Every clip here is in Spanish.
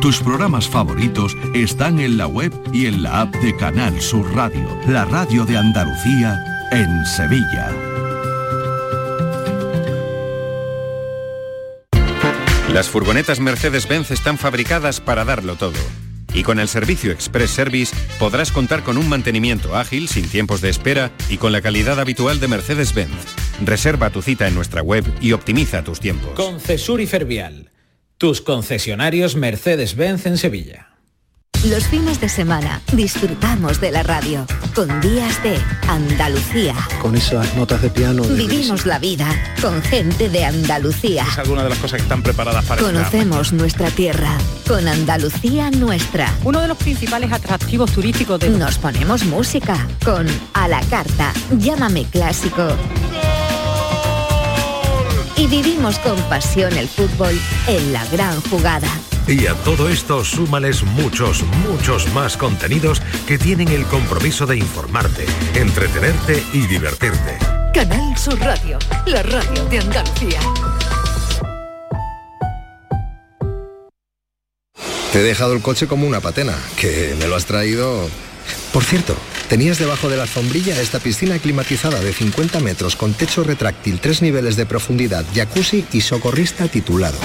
Tus programas favoritos están en la web y en la app de Canal Sur Radio, la radio de Andalucía en Sevilla. Las furgonetas Mercedes-Benz están fabricadas para darlo todo. Y con el servicio Express Service podrás contar con un mantenimiento ágil, sin tiempos de espera y con la calidad habitual de Mercedes-Benz. Reserva tu cita en nuestra web y optimiza tus tiempos. Con Cesur y Fervial, tus concesionarios Mercedes-Benz en Sevilla. Los fines de semana disfrutamos de la radio con días de Andalucía. Con esas notas de piano. de Vivimos la vida con gente de Andalucía. Es alguna de las cosas que están preparadas para el Conocemos nuestra tierra con Andalucía nuestra. Uno de los principales atractivos turísticos de... Nos ponemos música con A la Carta, Llámame Clásico. Y vivimos con pasión el fútbol en la gran jugada. Y a todo esto súmales muchos, muchos más contenidos que tienen el compromiso de informarte, entretenerte y divertirte. Canal Sur Radio, la radio de Andalucía. Te he dejado el coche como una patena, que me lo has traído... Por cierto, tenías debajo de la sombrilla esta piscina climatizada de 50 metros con techo retráctil, tres niveles de profundidad, jacuzzi y socorrista titulado.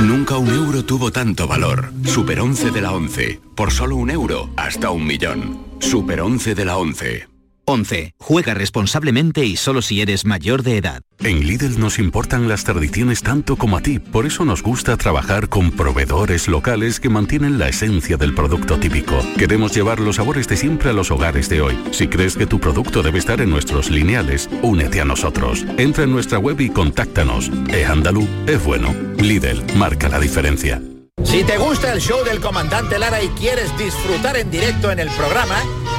Nunca un euro tuvo tanto valor. Super 11 de la 11. Por solo un euro, hasta un millón. Super 11 de la 11. 11. Juega responsablemente y solo si eres mayor de edad. En Lidl nos importan las tradiciones tanto como a ti, por eso nos gusta trabajar con proveedores locales que mantienen la esencia del producto típico. Queremos llevar los sabores de siempre a los hogares de hoy. Si crees que tu producto debe estar en nuestros lineales, únete a nosotros. Entra en nuestra web y contáctanos. Es andaluz, es bueno. Lidl marca la diferencia. Si te gusta el show del comandante Lara y quieres disfrutar en directo en el programa,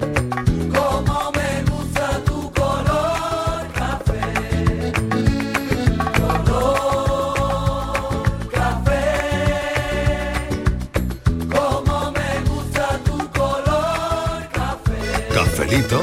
Como me gusta tu color café, color café. Como me gusta tu color café. Cafelito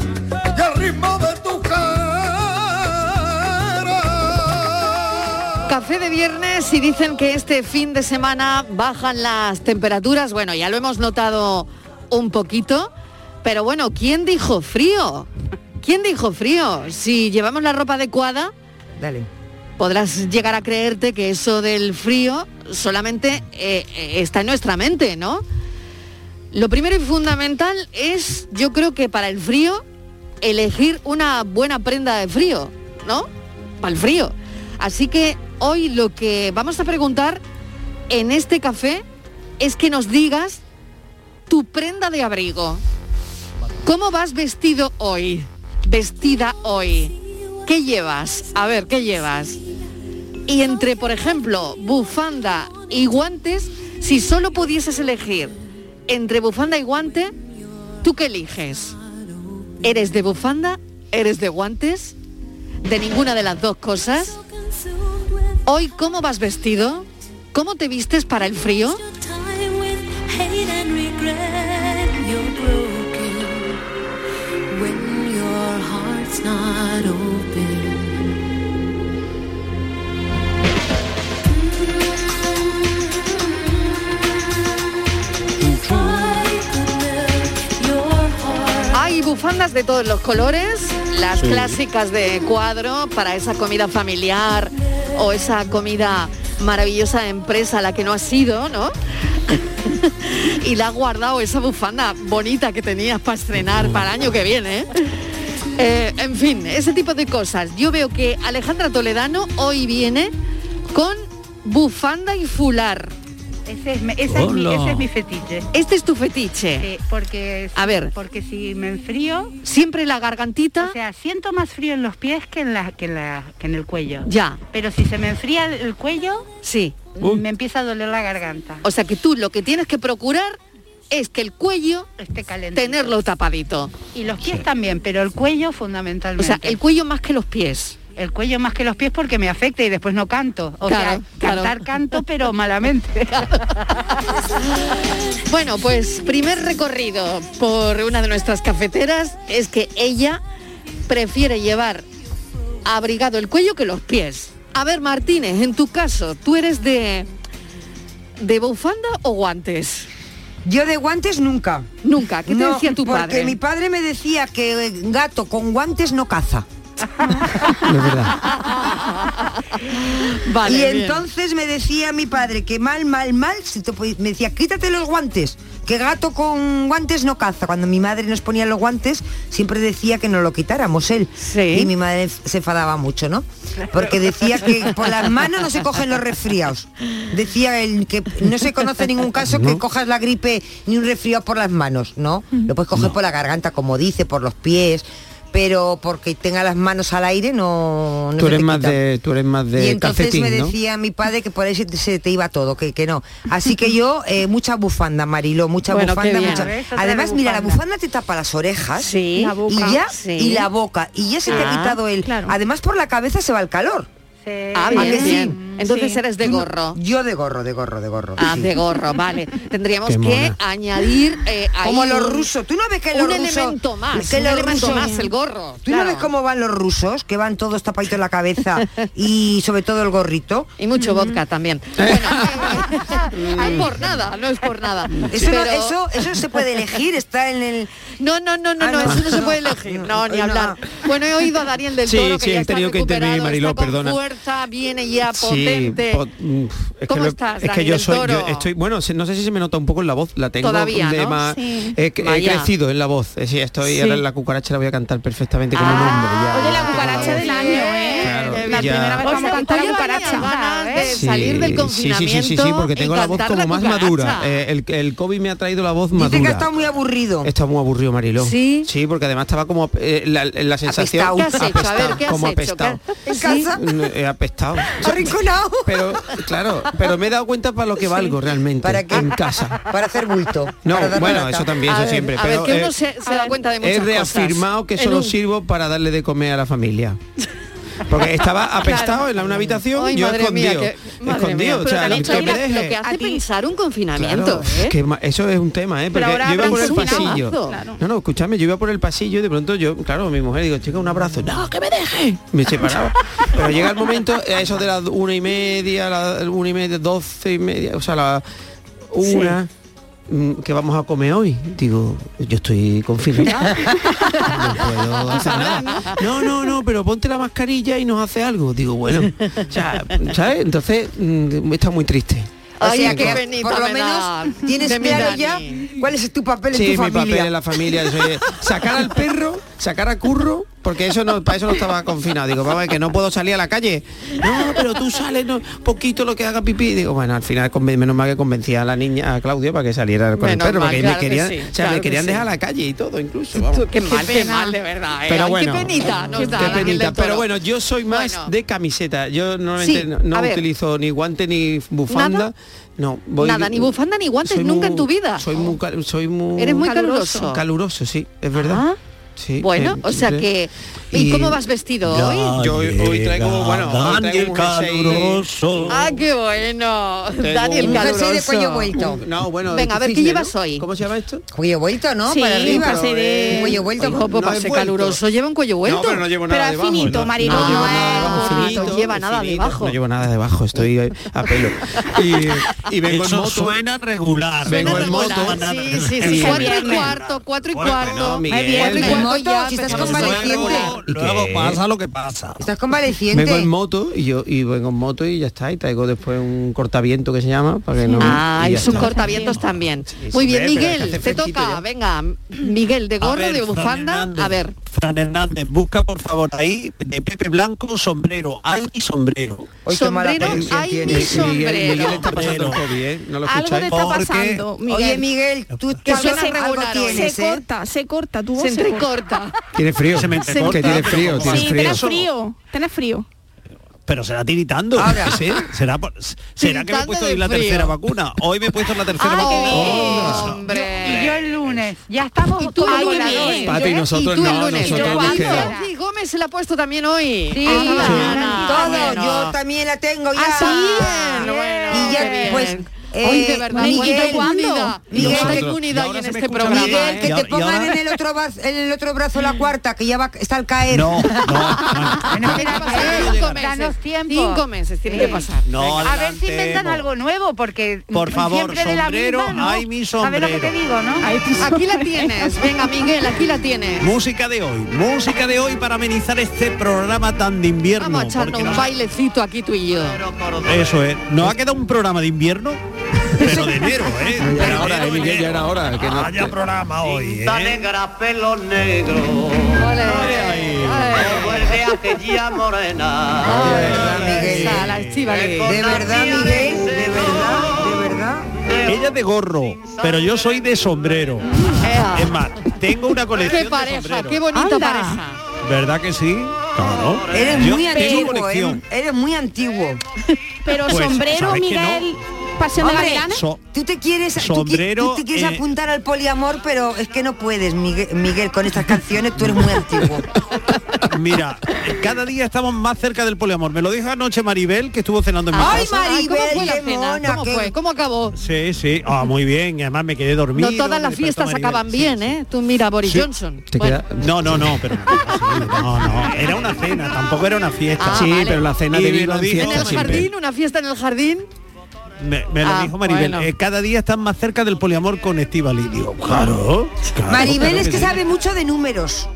y el ritmo de tu Café de viernes y dicen que este fin de semana bajan las temperaturas. Bueno, ya lo hemos notado un poquito, pero bueno, ¿quién dijo frío? ¿Quién dijo frío? Si llevamos la ropa adecuada, Dale. podrás llegar a creerte que eso del frío solamente eh, eh, está en nuestra mente, ¿no? Lo primero y fundamental es, yo creo que para el frío, elegir una buena prenda de frío, ¿no? Para el frío. Así que hoy lo que vamos a preguntar en este café es que nos digas tu prenda de abrigo. ¿Cómo vas vestido hoy? Vestida hoy. ¿Qué llevas? A ver, ¿qué llevas? Y entre, por ejemplo, bufanda y guantes, si solo pudieses elegir entre bufanda y guante, ¿tú qué eliges? ¿Eres de bufanda? ¿Eres de guantes? ¿De ninguna de las dos cosas? Hoy, ¿cómo vas vestido? ¿Cómo te vistes para el frío? Time with hate and regret, you're broken when your heart's not open. Try to melt your heart. Hay bufandas de todos los colores, las Sí. clásicas de cuadro para esa comida familiar o esa comida maravillosa de empresa a la que no has ido, ¿no? y la has guardado esa bufanda bonita que tenías para estrenar para el año que viene. ¿eh? Eh, en fin, ese tipo de cosas. Yo veo que Alejandra Toledano hoy viene con bufanda y fular. Ese es, mi- esa es mi, Hola. ese es mi fetiche. Este es tu fetiche. Sí, porque A ver. porque si me enfrío siempre la gargantita o sea siento más frío en los pies que en la que en, la- que en el cuello Ya. pero si se me enfría el, el cuello sí m- me empieza a doler la garganta O sea que tú lo que tienes que procurar es que el cuello esté calentito tenerlo tapadito. y los pies también pero el cuello fundamentalmente O sea, el cuello más que los pies el cuello más que los pies porque me afecta y después no canto o Claro, sea claro. cantar canto pero malamente Bueno, pues primer recorrido por una de nuestras cafeteras es que ella prefiere llevar abrigado el cuello que los pies. A ver, Martínez, en tu caso, ¿tú eres de de bufanda o guantes? Yo de guantes nunca. Nunca. ¿Qué te Ah. No, decía tu Porque padre? mi padre me decía que eh, gato con guantes no caza. Vale, y bien. entonces me decía mi padre que mal, mal, mal, si te pu- me decía, quítate los guantes, que gato con guantes no caza. Cuando mi madre nos ponía los guantes, siempre decía que no lo quitáramos él. Y mi madre f- se enfadaba mucho, ¿no? Porque decía que por las manos no se cogen los resfriados. Decía él que no se conoce ningún caso que cojas la gripe ni un resfriado por las manos, ¿no? Lo puedes coger por la garganta, como dice, por los pies. Pero porque tenga las manos al aire no, no tú se eres te más quita de tú eres más y de entonces calcetín, me ¿no? decía mi padre que por ahí se te, se te iba todo, que, que no. Así que yo, eh, mucha bufanda, Mariló, mucha Bueno, qué bufanda, bien. mucha- A ver, otra Además, de mira, la bufanda. bufanda te tapa las orejas Sí. La boca. y ya Sí. y la boca. Y ya se te ha Ah, quitado el. Además, por la cabeza se va el calor. Ah, ¿A que bien, sí? bien. Entonces Sí. eres de Tú no- gorro. Yo de gorro, de gorro, de gorro. Ah, sí. de gorro, vale. Tendríamos Qué que mona. añadir eh, ahí Como los un- rusos. Tú no ves que un los rusos- elemento más, que un los elemento rusos- más el gorro. ¿Tú no ves cómo van los rusos? Que van todos tapaditos en la cabeza y sobre todo el gorrito. Mm. Y mucho vodka también. No es por nada, no es por nada. Eso, no- eso- eso se puede elegir, está en el... No, no, no, no, Ah, no, no. eso no se puede elegir. No, ni No. hablar. Bueno, he oído a Daniel del Sí, Toro que sí, ya he está tenido que recuperado, intervenir, Mariló, está con perdona. fuerza, viene ya Sí, potente. po- mm, es que, ¿Cómo lo- estás, es que Daniel yo soy Toro? yo estoy bueno se- no sé si se me nota un poco en la voz la tengo Todavía, de ¿no? más Sí. he, he Vaya. crecido en la voz eh, sí, estoy Sí. Ah, ahora la cucaracha la voy a cantar perfectamente como un hombre ya, la cucaracha del año, ¿eh? Claro, la ya. primera vez que O vamos a sea, cantar la oye, María, cucaracha. ganas de Sí, salir del sí, confinamiento sí, sí, sí, sí, porque y tengo la voz cantar como más cucaracha. madura. Eh, el, el COVID me ha traído la voz Dice que ha madura. estado muy aburrido. Está muy aburrido, Mariló. Sí. porque además estaba como eh, la, la sensación Apestado. ¿Qué has hecho? A ver, ¿qué has como hecho? apestado. ¿En casa? Mm, He apestado. Arrinconado. Pero claro, pero me he dado cuenta para lo que valgo realmente. ¿Para En casa. Para hacer bulto. No, para dar bueno, lata. eso también, eso siempre. A pero ver, que uno eh, se, se da cuenta de muchas he cosas. reafirmado que En solo un- sirvo para darle de comer a la familia. Porque estaba apestado en la- una habitación, Ay, yo madre mía, escondido. que- madre escondido, mía. o sea, Pero lo también, que me Sheila, deje. lo que hace pensar un confinamiento, Claro, ¿eh? que ma- eso es un tema, ¿eh? Pero Porque ahora yo iba habrán por el confinado. pasillo. Claro. No, no, escúchame, yo iba por el pasillo y de pronto yo, claro, mi mujer, digo, chica, un abrazo. No, que me deje. Me separaba. Pero llega el momento, a eso de las una y media, la una y media, doce y media, o sea, la una. mm, ¿Qué vamos a comer hoy? Digo, yo estoy confinado. No puedo hacer nada. No, no, no, pero ponte la mascarilla y nos hace algo. Digo, bueno, o sea, ¿sabes? Entonces, mm, está muy triste. O sea Así que penita por lo me da menos tienes de mi claro Dani. ya cuál es tu papel Sí, en tu mi papel familia. en la familia. soy- sacar al perro, sacar a curro, porque eso no, para eso no estaba confinado. Digo, papá, que no puedo salir a la calle. No, pero tú sales, no, poquito lo que haga pipí. Digo, bueno, al final conven- menos mal que convencía a la niña, a Claudio, para que saliera con Menos el perro, mal, porque claro me que querían, sí, o sea, claro me que querían sí. dejar a la calle y todo, incluso. vamos. Qué mal, qué pena. mal, de verdad. ¿eh? Pero Ay, bueno, qué penita nos da qué Daniel penita. del Toro. Pero bueno, yo soy más de camiseta. Yo normalmente Sí, no, a no ver. utilizo ni guante ni bufanda. Nada. No, voy- Nada, ni bufanda ni guantes soy nunca muy- en tu vida. Soy muy, cal- soy muy Eres muy caluroso. Ah, Caluroso, sí, es verdad. Sí, Bueno, eh, o sea sí. que... ¿Y, Y- cómo vas vestido hoy? Yo hoy, hoy traigo, bueno, hoy traigo un jersey- Ah, qué bueno. Tengo Daniel un jersey de Caluroso. cuello vuelto. No, bueno, ¿eh? Venga, a ver, ¿qué cisne, llevas hoy? ¿Cómo se llama esto? Cuello vuelto, ¿no? Sí, Para arriba. un jersey de- Un Cuello vuelto. Hijo, pues, No para es ser vuelto. caluroso lleva un cuello vuelto. No, pero no llevo nada Pero debajo, finito, no, Mariló, no llevo no nada es debajo, gordo, finito, no lleva nada finito. debajo. No llevo nada debajo, estoy a pelo. Y, y vengo Eso en moto. suena regular. Vengo Suena en moto. regular, sí, sí, Sí, Y- cuatro y cuarto, cuatro y Bueno, cuarto. no, Miguel. Cuatro y Vengo cuarto en ya moto, si estás empezamos a convaleciente. regular. ¿Y Luego qué? pasa lo que pasa. Estás convaleciente. Vengo en moto y yo y vengo en moto y ya está. Y traigo después un cortaviento que se llama para que no. Ah, y y ya sus está. cortavientos también. Muy Hombre, pero bien, es que Miguel, hace te fresquito toca. ya. Venga, Miguel, de A gorro, ver, de Fran bufanda. A ver, Fran Hernández, busca por favor ahí de Pepe Blanco sombrero. Hay y sombrero. Hoy qué mala Sombrero, conexión ay, tiene. y sombrero. Algo te está Porque- pasando, Miguel. Oye, Miguel, tú, tú Que algo, suena algo regular hoy. tienes, Se ¿eh? corta, se corta, tu voz se se, entrecorta. Tiene frío. Se me Que entrecorta, tiene pero frío, como- tiene Sí, frío. tenés frío, tenés frío. Pero será tiritando. Ahora. ¿sí? ¿Será, por- será que me he Tiritando puesto de hoy la frío. tercera vacuna? Hoy me he puesto la tercera Ay, vacuna. Y yo el lunes. Ya estamos Tú con el la lunes. dos. Papi, ¿eh? nosotros y tú el no, lunes. nosotros Yo nos cuando- quedamos. Santi Gómez se la ha puesto también hoy. Sí. Ah, Sí. no, Todo, bueno. yo también la tengo ya. Ah, sí. Bueno, y ya, qué bien. pues, Hoy, de verdad, Miguel, ¿cuánto? unidad. eh, Miguel, Miguel, tengo Nosotros- unidad y hoy ahora en se me este escucha programa. Miguel, ¿eh? que Y te ahora- y pongan ahora- en el otro, braz- en el otro brazo la cuarta, que ya va, está al caer. No, no, Bueno, Tiene que espera, pasar espera, cinco danos meses. tiempo. Cinco meses tiene Sí. que pasar. no. A ver si inventan adelantemos. algo nuevo, porque Por favor, siempre de la sombrero, misma, ¿no? ay, mi ¿Sabes lo que te sombrero. digo, no? Aquí la tienes. Venga, Miguel, aquí la tienes. Música de hoy, música de hoy para amenizar este programa tan de invierno. Vamos a echarnos porque un nos- bailecito aquí tú y yo. Eso es. ¿No ha quedado un programa de invierno? Pero de enero, ¿eh? Ya De era hora, enero, eh, Miguel, ya era hora. que no- Vaya programa hoy, Cinta ¿eh? negra, pelo negro, Ole, vuelve aquella morena. Ah, Esa, la Estíbaliz. De verdad, Miguel, de verdad, de verdad. Ella de gorro, pero yo soy de sombrero. Ea. Es más, tengo una colección Qué de pareja, sombrero. qué bonita Anda. pareja. ¿Verdad que sí? Claro. Eres Yo muy tengo antiguo, ¿eh? eres, colección. eres muy antiguo. Pero Pues, sombrero, ¿sabes que no? Miguel, pasión de Hombre, gavilanes. So- Tú te quieres, tú qui- Sombrero, tú te quieres eh, apuntar al poliamor, pero es que no puedes, Miguel, Miguel, con estas canciones tú eres muy antiguo. Mira, cada día estamos más cerca del poliamor. Me lo dijo anoche Maribel, que estuvo cenando en mi Ay, casa. Ay, Maribel, ¿Cómo fue la qué cena? mona, ¿Cómo qué- fue? ¿Cómo acabó? Sí, sí. Ah, muy bien. Y además me quedé dormido. No me todas las despertó fiestas Maribel. acaban Sí, bien, sí. ¿eh? Tú mira a Boris Sí. Johnson. Te Bueno, queda- No, no, no, pero no, no, era una cena, tampoco era una fiesta. Ah, Sí, vale. pero la cena Y me deriva lo en dijo. en fiesta el siempre. jardín, una fiesta en el jardín. Me, me lo Ah, dijo Maribel, bueno. eh, cada día están más cerca del poliamor con Estivali. Digo, claro, claro, Maribel claro es que sí. sabe mucho de números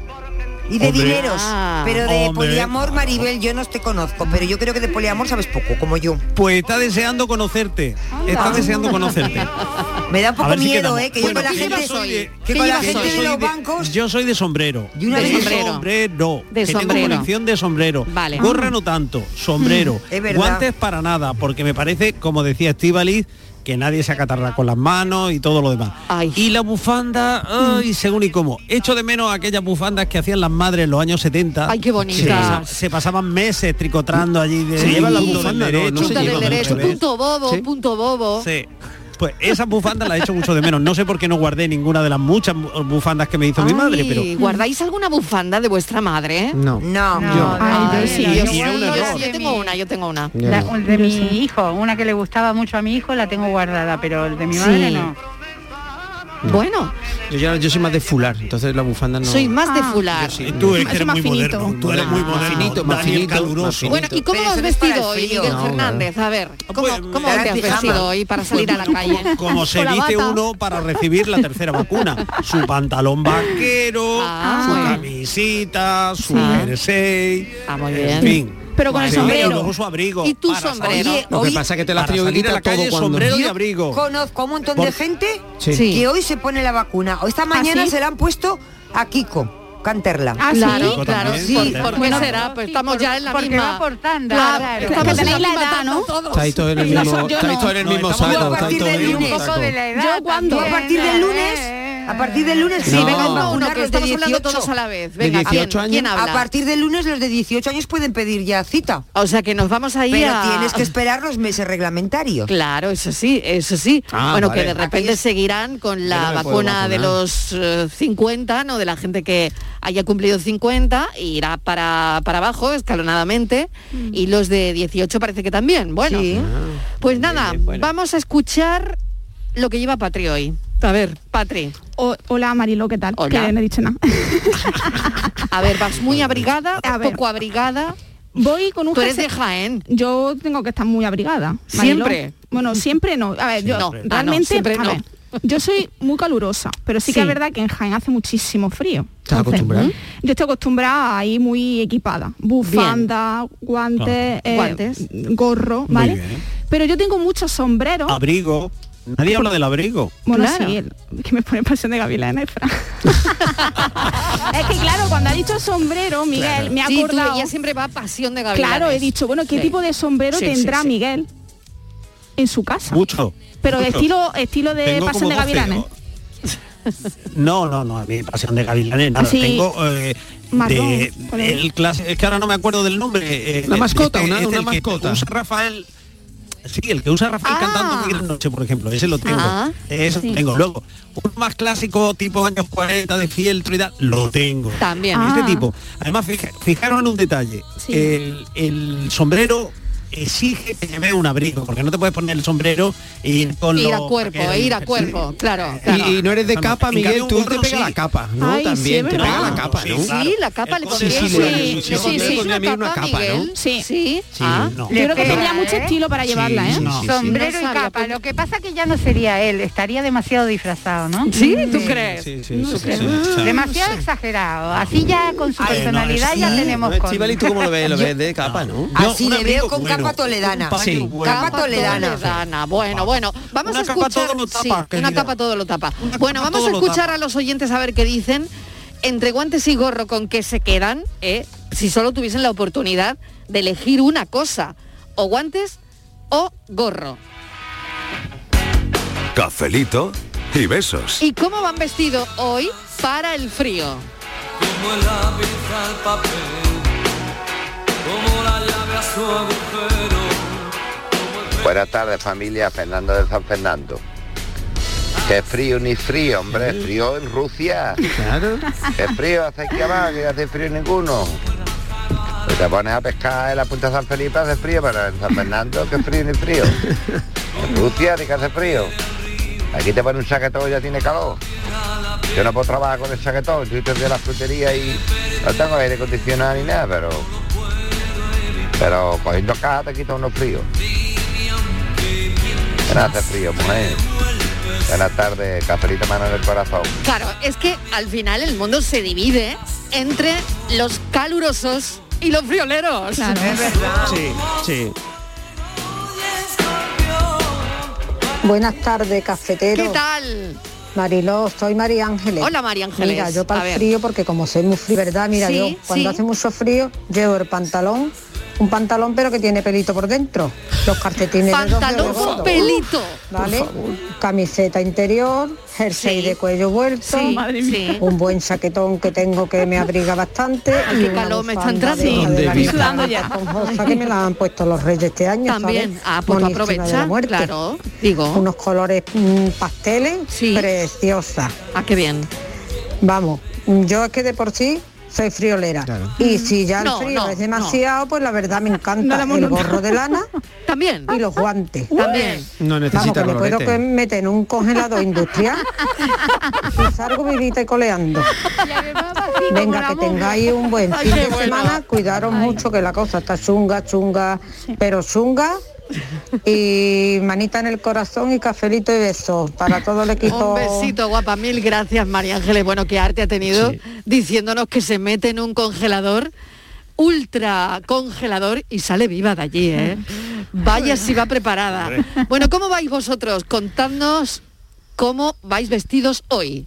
y de Hombre. dineros, Ah. pero de Hombre. poliamor, Maribel, yo no te conozco, pero yo creo que de poliamor sabes poco, como yo. Pues está deseando conocerte, está deseando conocerte. Me da un A poco ver si miedo, quedamos. eh, que Bueno, yo con que la yo gente, soy de- que que con yo la soy- gente de soy los de- bancos, Yo soy de sombrero. Y una de vez- sombrero. sombrero. De que sombrero. Tengo colección de sombrero. Vale. Gorra no tanto, sombrero. Mm, es verdad. Guantes para nada, porque me parece, como decía Estivaliz, que nadie se acatarra con las manos y todo lo demás. Ay. Y la bufanda, ay, según y cómo. Echo de menos aquellas bufandas que hacían las madres en los años 70. Ay, qué Se, bonita. pasa- se pasaban meses tricotando allí de Se llevan las punto del bufandas, ¿no? derecho, No se Punta del llevan al derecho, revés. punto bobo, Sí. punto bobo. Sí. Pues esas bufandas las he hecho mucho de menos. No sé por qué no guardé ninguna de las muchas bu- bufandas que me hizo mi Ay, madre, pero ¿Guardáis alguna bufanda de vuestra madre? No. no, No, Ay, yo sí, sí, yo, yo sí, era un yo sí, error. yo tengo una, yo tengo una. Ya La- no. de mi hijo, una que le gustaba mucho a mi hijo, la tengo guardada, pero el de mi Sí. madre no. Mm. Bueno, Yo, ya- yo soy más de fular, entonces la bufanda no. soy más de Ah. fular. Sí, tú eres, Eso que eres más muy finito. moderno. Tú eres muy Más moderno. finito, más Daniel finito, Caluroso. más finito. Bueno, ¿y cómo Pero vas eso no es para vestido el hoy, frío. Miguel No, Fernández? A ver, ¿cómo, Pues, cómo era te has en pijama. vestido hoy para salir a la calle? como se Con la dice bata. uno para recibir la tercera vacuna. Su pantalón vaquero, Ah, su bueno. camisita, su Ah. jersey. Ah, muy En bien. fin. Pero con el Sí, sombrero. y luego su abrigo. Y tu para salir- sombrero. Oye, Lo hoy que pasa es que te la has para tenido que salir a la quitar todo calle, cuando. sombrero y Yo- abrigo. conozco a un montón de Por- gente Sí. que hoy se pone la vacuna. O ¿Ah, esta mañana sí? se la han puesto a Kiko, canterla. Ah, Claro, sí. claro, también, sí, Cortés. ¿por qué Bueno, será? Pues estamos ya en la porque misma. va por tanda, Claro, claro. estamos Porque en la tenéis la misma edad, tanda ¿no? todos. Estáis todos en el Yo mismo, no- yo estáis no. todos en el No, mismo estamos saco. a partir estáis todos del en el mismo lunes. saco. Yo cuando- Tú a partir del lunes, a partir del lunes, sí, Sí, No. venga, vengan uno a uno, vacunar que los de estamos hablando 18. todos a la vez. De Venga, ¿quién, 18 años. quién habla? A partir del lunes los de 18 años pueden pedir ya cita. O sea, que nos vamos ahí Pero a... tienes que esperar los meses reglamentarios. Claro, eso sí, eso sí. Ah, bueno, vale. que de repente Aquellos- seguirán con la Yo no me puedo vacuna de vacunar. los eh, 50, ¿no? De la gente que haya cumplido 50, e irá para, para abajo escalonadamente Mm. y los de 18 parece que también. Bueno, pues nada, bien, bueno. vamos a escuchar lo que lleva Patri hoy. A ver, Patri, O- hola Marilo, ¿qué tal? Hola. Que no he dicho nada. a ver, vas muy abrigada, A ver. poco abrigada. Voy con un Tú eres jersey- de Jaén. Yo tengo que estar muy abrigada. Mariló. Siempre. Bueno, siempre no. A ver, yo No, ah, no, realmente, siempre a no. ver, yo soy muy calurosa, pero sí, que Sí. es verdad que en Jaén hace muchísimo frío. ¿Estás Entonces, ¿Mm? acostumbrada? Yo estoy acostumbrada a ir muy equipada. Bufanda, guantes, Claro. eh, Guantes. gorro, Muy ¿vale? bien. Pero yo tengo muchos sombreros. Abrigo. Nadie habla del abrigo. Bueno, sí, el- que me pone pasión de gavilanes, Fran. es que claro, cuando ha dicho sombrero, Miguel, Claro. me ha Sí, tú- acordado. ella siempre va a pasión de gavilanes. Claro, he dicho, bueno, ¿qué Sí. tipo de sombrero Sí, sí, tendrá sí. Miguel en su casa? Mucho. Pero de mucho. estilo, estilo de Tengo pasión como de 12, gavilanes. No, no, no, a mí pasión de gavilanes, nada, Así, tengo eh, marrón, de- por ahí. el clase- es que ahora no me acuerdo del nombre. eh, Una eh, mascota, una- el una que mascota. usa Rafael. Sí, el que usa Ah. Rafael cantando Mi Gran Noche, por ejemplo, ese lo tengo. Ah, Eso sí. tengo. Luego, un más clásico tipo años 40 de fieltro y tal, lo tengo. También. Este Ah. tipo. Además, fija- fijaros en un detalle. Sí. El, el sombrero exige que lleve un abrigo, porque no te puedes poner el sombrero y ir con Ir a los cuerpo, vaqueros. ir a cuerpo, claro, claro. Y, y no eres de Vamos, capa, en Miguel, cambio, tú un te gorro pega sí. la capa, ¿no? Ay, sí, También, es te verdad. pega la capa, ¿no? Sí, la capa le Sí, sí, conviene. sí, sí, sí, sí, una sí, una capa, capa, ¿no? Miguel. Sí. Sí. Sí, Ah. no. Yo creo que tendría mucho estilo para Sí, llevarla, ¿eh? sí, No. sí, sí. ¿Eh? Sombrero No pues, y sabe, capa. Lo que pasa que ya no sería él, estaría demasiado disfrazado, ¿no? Sí, ¿tú crees? Sí, sí, sí, sí, sí. Demasiado exagerado. Así ya con su personalidad ya ¿Mm? tenemos Eh, con- Chivali, ¿tú cómo lo ves? Lo ves de capa, ¿no? Ah, Así le veo con capa toledana. Sí. Capa toledana. Bueno, bueno, vamos Una a capa escuchar. todo lo tapa, sí, querida. una capa todo lo tapa. bueno, capa vamos a todo lo escuchar tapa. a los oyentes a ver qué dicen. Entre guantes y gorro, ¿con qué se quedan? eh? Si solo tuviesen la oportunidad de elegir una cosa, o guantes o gorro. Cafelito y besos. ¿Y cómo van vestidos hoy para el frío? Como el lápiz al papel, como la llave a su agujero. Buenas tardes familia, Fernando de San Fernando. Qué frío ni frío, hombre, frío en Rusia. Claro. Qué frío hace aquí abajo, que no hace frío ninguno. Pues te pones a pescar en la punta de San Felipe, hace frío, pero en San Fernando, qué frío ni frío. En Rusia ni que hace frío. Aquí te pones un chaquetón y ya tiene calor. Yo no puedo trabajar con el chaquetón, yo estoy en la frutería y no tengo aire acondicionado ni nada, pero... Pero cogiendo caja te quita unos fríos. Que no hace frío, mujer. Buenas tardes, cafelito mano en el corazón. Claro, es que al final el mundo se divide entre los calurosos y los frioleros. Sí, sí. Buenas tardes, cafetero. ¿Qué tal? Mariló, soy María Ángeles. Hola, María Ángeles. Mira, yo A para ver. el frío, porque como soy muy frío, ¿verdad? Mira, Sí, yo cuando sí. hace mucho frío llevo el pantalón, un pantalón pero que tiene pelito por dentro, los calcetines de Pantalón dos dedos con gordos, pelito. ¿Vale? Camiseta interior, jersey de cuello vuelto, Sí, Madre mía. sí. un buen chaquetón que tengo que me abriga bastante. Ay, y qué una calor me está bufanda entrando. de- Sí, de la estoy que sudando está ya. esponjosa que me la han puesto los reyes este año. También. ¿sabes? Ah, pues Monísima de la aprovecha, muerte. claro, digo. Unos colores mm, pasteles preciosa. Ah, qué bien. Vamos, yo es que de por sí soy friolera. Y si ya el No, frío no, es demasiado, pues la verdad me encanta el gorro de lana también y los guantes. También. No Vamos, necesita que me puedo que colorete. meter en un congelador industrial y salgo vivita y coleando. Venga, que tengáis un buen Ay, fin qué de bueno. semana. Cuidaros mucho que la cosa está chunga, chunga, pero chunga. Y manita en el corazón y cafelito y besos para todo el equipo. Un besito guapa, mil gracias María Ángeles. Bueno, qué arte ha tenido diciéndonos que se mete en un congelador, ultra congelador y sale viva de allí, ¿eh? Vaya si va preparada. Bueno, ¿cómo vais vosotros? Contadnos cómo vais vestidos hoy.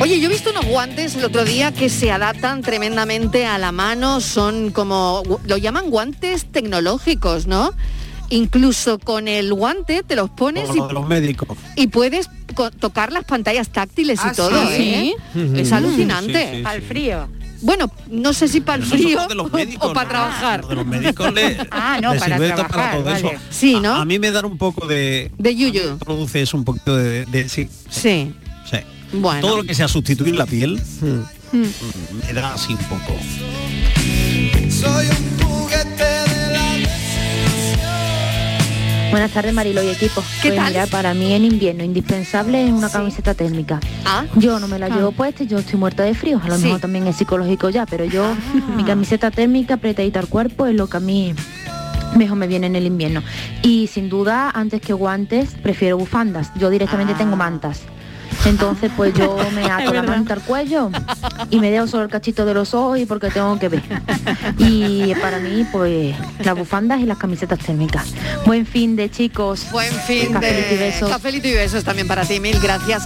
Oye, yo he visto unos guantes el otro día que se adaptan tremendamente a la mano, son como, gu- lo llaman guantes tecnológicos, ¿no? Incluso con el guante te los pones Como y, lo de los médicos. y puedes co- tocar las pantallas táctiles Ah, y todo, ¿sí? ¿eh? Ujú. Es alucinante. Sí, sí, Al sí. frío. Bueno, no sé si para el Pero no son frío los de los o para trabajar. Los médicos le, Ah, no, le para sirve esto trabajar, para todo vale. eso. Sí, ¿no? A, a mí me da un poco de... De yuyu. Produce eso un poquito de... de- sí, Sí. sí. Bueno. Todo lo que sea sustituir la piel Mm. me da así un poco. Soy un juguete de la desilusión. Buenas tardes, Marilo y equipo. ¿Qué Pues tal? mira, para mí en invierno indispensable es una camiseta térmica. Yo no me la Ah. llevo puesta, y yo estoy muerta de frío. A lo Sí. Ah. mejor también es psicológico ya, pero yo, mi camiseta térmica apretadita al cuerpo es lo que a mí mejor me viene en el invierno. Y sin duda, antes que guantes, prefiero bufandas. Yo directamente tengo mantas. Entonces pues yo me ato la manta al cuello y me dejo solo el cachito de los ojos y porque tengo que ver. Y para mí pues las bufandas y las camisetas térmicas. Buen fin de chicos. Buen fin Cafelito y de besos. Cafelito y besos también para ti, mil gracias.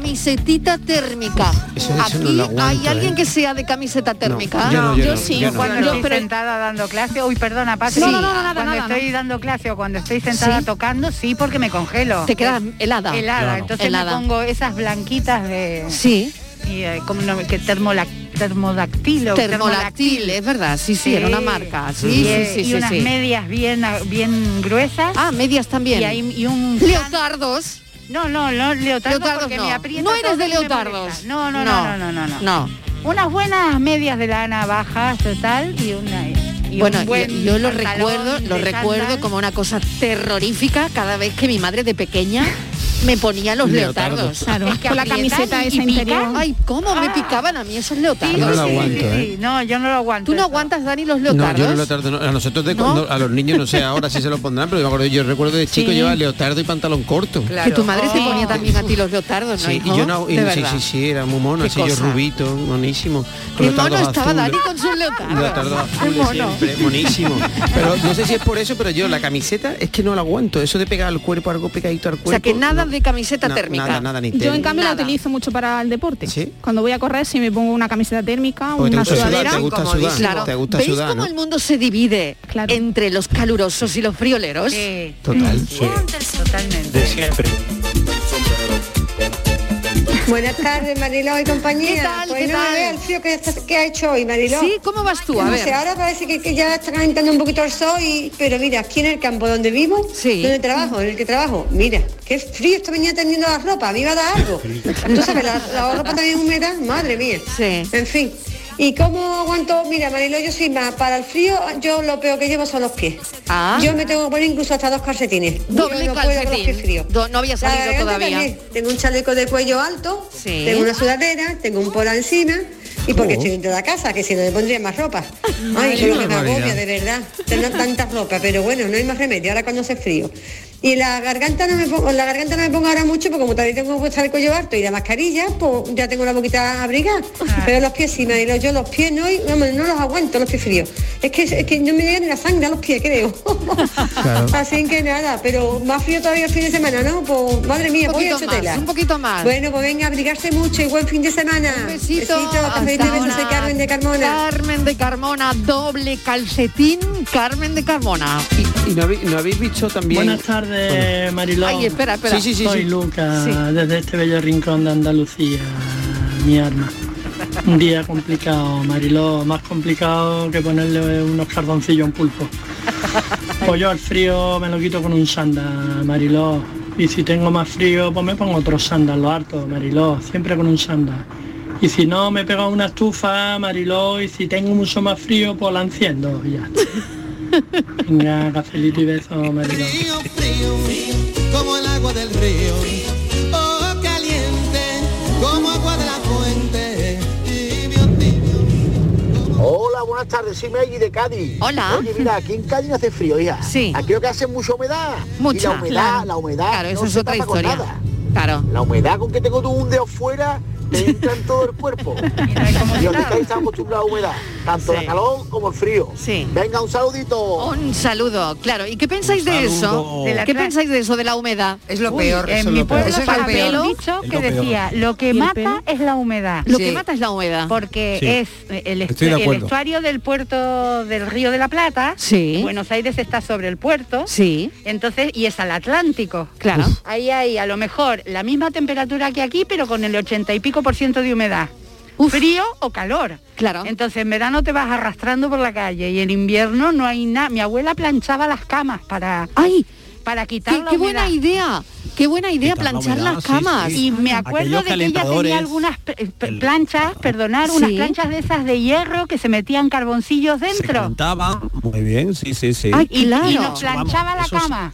Camisetita térmica. Eso- eso Aquí no lo aguanto, hay alguien ¿eh? que sea de camiseta térmica. yo no, yo Yo no, sí, yo no. cuando estoy sentada dando clase, uy, perdona, Patri, No, no, no, nada, cuando nada, estoy no. dando clase o cuando estoy sentada Sí. tocando, sí, porque me congelo. Te quedas helada. Helada, Claro. entonces Helada. me pongo esas blanquitas de... Sí. Y, eh, como no, que termolac, termodactilo. Termolactil, es verdad, Ah, sí, sí, era una marca, sí, sí, eh, sí, y sí, unas sí. medias bien, ah, bien gruesas. Ah, medias también. Y, ahí- y un... Leotardos. No, no, no, leotardos, Leotardos porque no. me aprieta No eres todo de y me leotardos. molesta. No, no, no, no, no, no. No. Unas buenas medias de lana bajas total y una y bueno, un buen yo, yo lo pantalón recuerdo, lo de recuerdo chándal. como una cosa terrorífica cada vez que mi madre de pequeña me ponía los Leotardos. leotardos. Claro. Es que Con la aprietan camiseta y esa pican. interior. Ay, cómo Ah. me picaban a mí esos leotardos. No lo aguanto, ¿eh? No, yo no lo aguanto. ¿Tú no aguantas, Dani, los No, leotardos? yo no leotardo, no. A nosotros de ¿No? cuando- a los niños no sé ahora si se lo pondrán, pero yo me acuerdo, yo recuerdo de chico Sí. llevaba leotardo y pantalón corto. Que tu madre te ponía también a ti los leotardos, ¿no? Sí, y hijo? yo no, y De sí, verdad. sí, sí, era muy mono, Qué así yo cosa. rubito, monísimo. con Qué leotardos mono estaba azules. Dani con sus leotardos. Leotardos Qué azules mono. siempre, monísimo. Pero no sé si es por eso, pero yo la camiseta es que no la aguanto. Eso de pegar al cuerpo, algo pegadito al O cuerpo. sea, que nada de camiseta No, térmica. Nada, nada, ni Yo en térmica. cambio la utilizo mucho para el deporte. Cuando voy a correr si me pongo una camiseta térmica, Porque te una gusta sudar, sudadera. te gusta sudar, Claro. te gusta ¿Veis sudar, cómo ¿no? el mundo se divide entre los calurosos y los frioleros? Total. Totalmente. De siempre. Buenas tardes, Mariló y compañía. ¿Qué tal? Pues ¿Qué no tal? me veo el frío que, está- que ha hecho hoy, Mariló. Sí, ¿cómo vas tú? A No ver. sé, ahora parece que, que ya está calentando un poquito el sol, y, pero mira, aquí en el campo donde vivo, donde trabajo, en el que trabajo, mira, qué frío esto venía teniendo la ropa, a mí me va a dar algo. Tú sabes, la, la ropa también húmeda, madre mía. En fin. ¿Y cómo aguanto? Mira, Mariló, yo soy más. Para el frío, yo lo peor que llevo son los pies. Yo me tengo que poner incluso hasta dos calcetines. Ah. Doble Yo no puedo con los calcetín. pies fríos. Do- no había La salido garganta todavía. también. Tengo un chaleco de cuello alto, Sí. tengo una sudadera, tengo un pola encima y porque estoy dentro de la casa, que si no le pondría más ropa. Ay, yo lo que me barbaridad. agobia, de verdad, tener tanta ropa, pero bueno, no hay más remedio, ahora cuando hace frío. Y la garganta no me pongo, la garganta no me pongo ahora mucho porque como también tengo que estar el cuello harto y la mascarilla, pues ya tengo la boquita abrigada. Ah. Pero los pies sí, Marilo, yo los pies no, y- vamos, no los aguanto, los pies fríos. Es que, es que no me llega ni la sangre a los pies, creo. Así que nada, pero más frío todavía el fin de semana, ¿no? Pues madre mía, Un voy poquito hecho más, tela. un poquito más. Bueno, pues venga, abrigarse mucho y buen fin de semana. Un besito, hasta ahora. Carmen de Carmona. Carmen de Carmona, doble calcetín, Carmen de Carmona. Y no habéis, no habéis visto también... Buenas tardes, Eh, Mariló. Ay, espera, espera. Sí, sí, sí, sí. Soy Lucas, Sí. desde este bello rincón de Andalucía, mi arma. Un día complicado, Mariló, más complicado que ponerle unos carboncillos a un pulpo. Pues yo al frío me lo quito con un sándal, Mariló. Y si tengo más frío, pues me pongo otro sándal, lo harto, Mariló, siempre con un sándal. Y si no, me pego a una estufa, Mariló, y si tengo mucho más frío, pues la enciendo y ya. está. Venga, cafelito y besos, Mariló. como el agua del río, oh caliente, como agua de la fuente. Hola, buenas tardes, soy Maggie de Cádiz. Hola. Oye, mira, aquí en Cádiz no hace frío, hija. Sí. Aquí lo que hace es mucha humedad. Mucha, Y la humedad, claro. la humedad. Claro, eso no es se otra tapa con historia. nada. Claro. La humedad con que tengo tú un dedo fuera te entra en todo el cuerpo. y los de Cádiz están acostumbrados a la humedad, tanto Sí. el calor como el frío. Sí. Venga, un saludito. Un saludo, claro. ¿Y qué pensáis de eso? saludo. De la ¿Qué tra- pensáis de eso de la humedad? Es Uy, en mi pueblo para un dicho Es que lo peor. decía, lo ¿Y que el mata pelo? es la humedad. Lo que mata es la humedad. Porque Sí. es eh, el, estu- Estoy de el acuerdo. estuario del puerto del Río de la Plata. Sí. Buenos Aires está sobre el puerto. Sí. Entonces, y es al Atlántico. Claro. Ahí hay a lo mejor la misma temperatura que aquí, pero con el ochenta y pico por ciento de humedad. Frío o calor. Claro. Entonces en verano te vas arrastrando por la calle y en invierno no hay nada. Mi abuela planchaba las camas para. ¡Ay! Para quitar Qué, la qué buena humedad. idea, qué buena idea Quitar la planchar humedad, las sí, camas. sí. Y me acuerdo Aquellos de que ella calentadores, tenía algunas pl- eh, pl- planchas, perdonar, unas Sí. planchas de esas de hierro que se metían carboncillos dentro. Cantaban muy bien, sí, sí, sí. Ay, y, y nos planchaba la eso es- cama.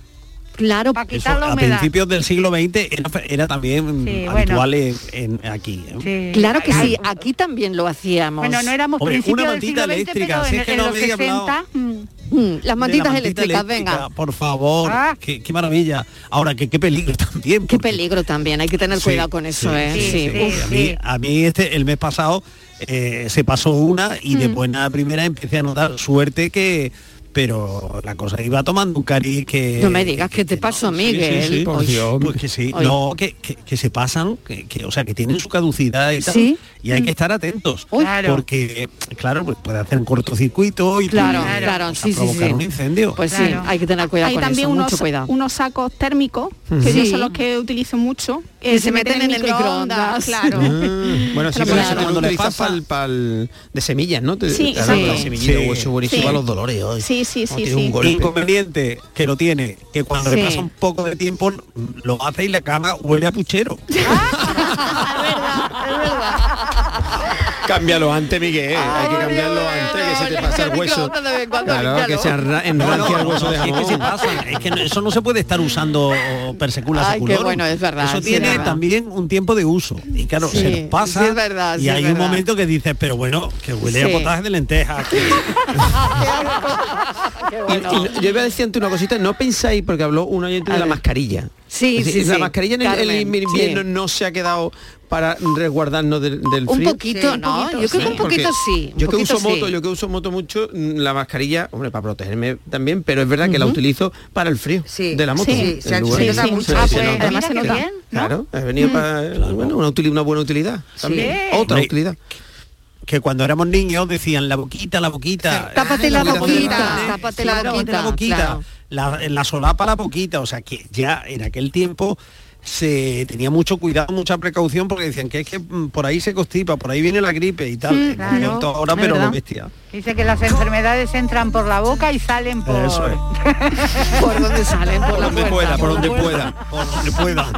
Claro, para Eso, quitar la a humedad. principios del siglo XX era, era también Sí, habitual bueno. en, en- aquí. ¿eh? Claro que sí, aquí también lo hacíamos. Bueno, no éramos Hombre, principios una del mantita siglo XX, eléctrica, pero si en, es que en no los había hablado. 60... mm, Mm, las de mantitas la mantita eléctricas, eléctrica, venga. Por favor, Ah. qué, qué maravilla. Ahora, qué, qué peligro también. Qué peligro también, hay que tener Sí, cuidado con eso, sí, ¿eh? sí, sí. Uf. A mí, a mí este, el mes pasado eh, se pasó una y de Mm. buena primera empecé a notar suerte que... Pero la cosa iba tomando un cariz que... No me digas qué te pasó, Sí, sí, Miguel. sí, Uy. Pues que sí, Hoy. no, que, que- que se pasan, que, que, o sea, que tienen su caducidad y tal. Sí. Y hay que estar atentos. Uy. Claro. Porque, claro, pues puede hacer un cortocircuito y Claro, puede, claro, pues, sí, sí, provocar sí. un incendio. Pues sí, hay que tener cuidado Hay con también eso, unos, mucho cuidado. unos sacos térmicos, Ujú. que yo Sí. son los que utilizo mucho, eh, Que se meten en el microondas. claro. Mm, bueno, Pero sí, pero claro. eso cuando Cuando le le pasa- pasa al pal de semillas, ¿no? Te- Sí, te dan sí. la semillita, Sí. o eso buenísimo Sí. a los dolores hoy. Sí, sí, No, sí, tiene un sí. golpe. inconveniente que lo tiene, que cuando Sí. le pasa un poco de tiempo lo hace y la cama huele a puchero. Cámbialo antes, Miguel. Hay que cambiarlo antes, que se te pasa el hueso. Claro, que se arra- enrancia el hueso de Es que jamón. se pasan, es que no- eso no se puede estar usando o persecula Ay, qué seculorum. bueno, es verdad, Eso sí, tiene es verdad. también un tiempo de uso. Y claro, Sí, se nos pasa. sí, es verdad, sí, y es hay un verdad. momento que dices, pero bueno, que huele Sí. a potaje de lentejas. que- Y- y yo iba a decir ante una cosita, no pensáis, porque habló un oyente de la mascarilla. Sí, Es decir, sí, La sí, mascarilla en el- el, Carmen, invierno sí. no se ha quedado para resguardarnos del, del Un frío. poquito, Sí, ¿no? un poquito, Yo creo que un Porque poquito sí, un Yo que poquito uso sí. moto, yo que uso moto mucho, mm, la mascarilla, hombre, para protegerme también, pero es verdad que la Ujú. utilizo para el frío de la moto. Sí, En se ha- lugar se de- nota mucho. se- Ah, se pues, Mm. nota. además se nota. Bien, Claro, he venido para bueno, una, util- una buena utilidad. también. Otra Hombre, utilidad. Que cuando éramos niños decían la boquita, la boquita. Tápate la Cuídate, boquita, tápate la Claro, boquita, la boquita, claro. la, en la solapa la boquita, o sea que ya en aquel tiempo se tenía mucho cuidado, mucha precaución porque decían que es que mm, por ahí se constipa, por ahí viene la gripe y tal. Mm, Hemos claro, vuelto ahora es pero verdad. lo bestia. Dice que las enfermedades entran por la boca y salen por... Eso es. ¿Por dónde salen? Por, Oh, la donde puerta. pueda, por donde pueda, por donde pueda.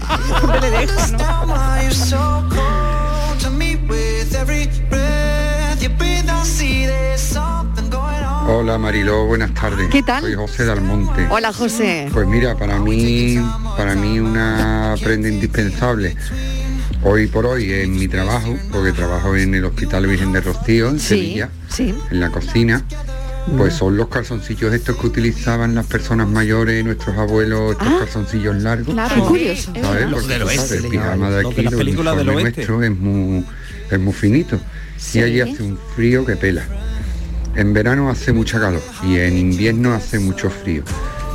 Hola Mariló, buenas tardes. ¿Qué tal? Soy José Dalmonte. Hola, José. Pues mira, para mí, para mí una prenda indispensable hoy por hoy en mi trabajo, porque trabajo en el Hospital Virgen de Rocío en Sevilla, Sí. Mm. en la cocina. Pues son los calzoncillos estos que utilizaban las personas mayores, nuestros abuelos, estos calzoncillos largos. Ah, Claro, qué curioso. ¿sabes? Los Porque, del tú oeste, sabes, le el pijama llamaban, de los aquí, de las el películas del uniforme oeste. nuestro es muy, es muy finito. Sí. Y allí hace un frío que pela. En verano hace mucha calor y en invierno hace mucho frío.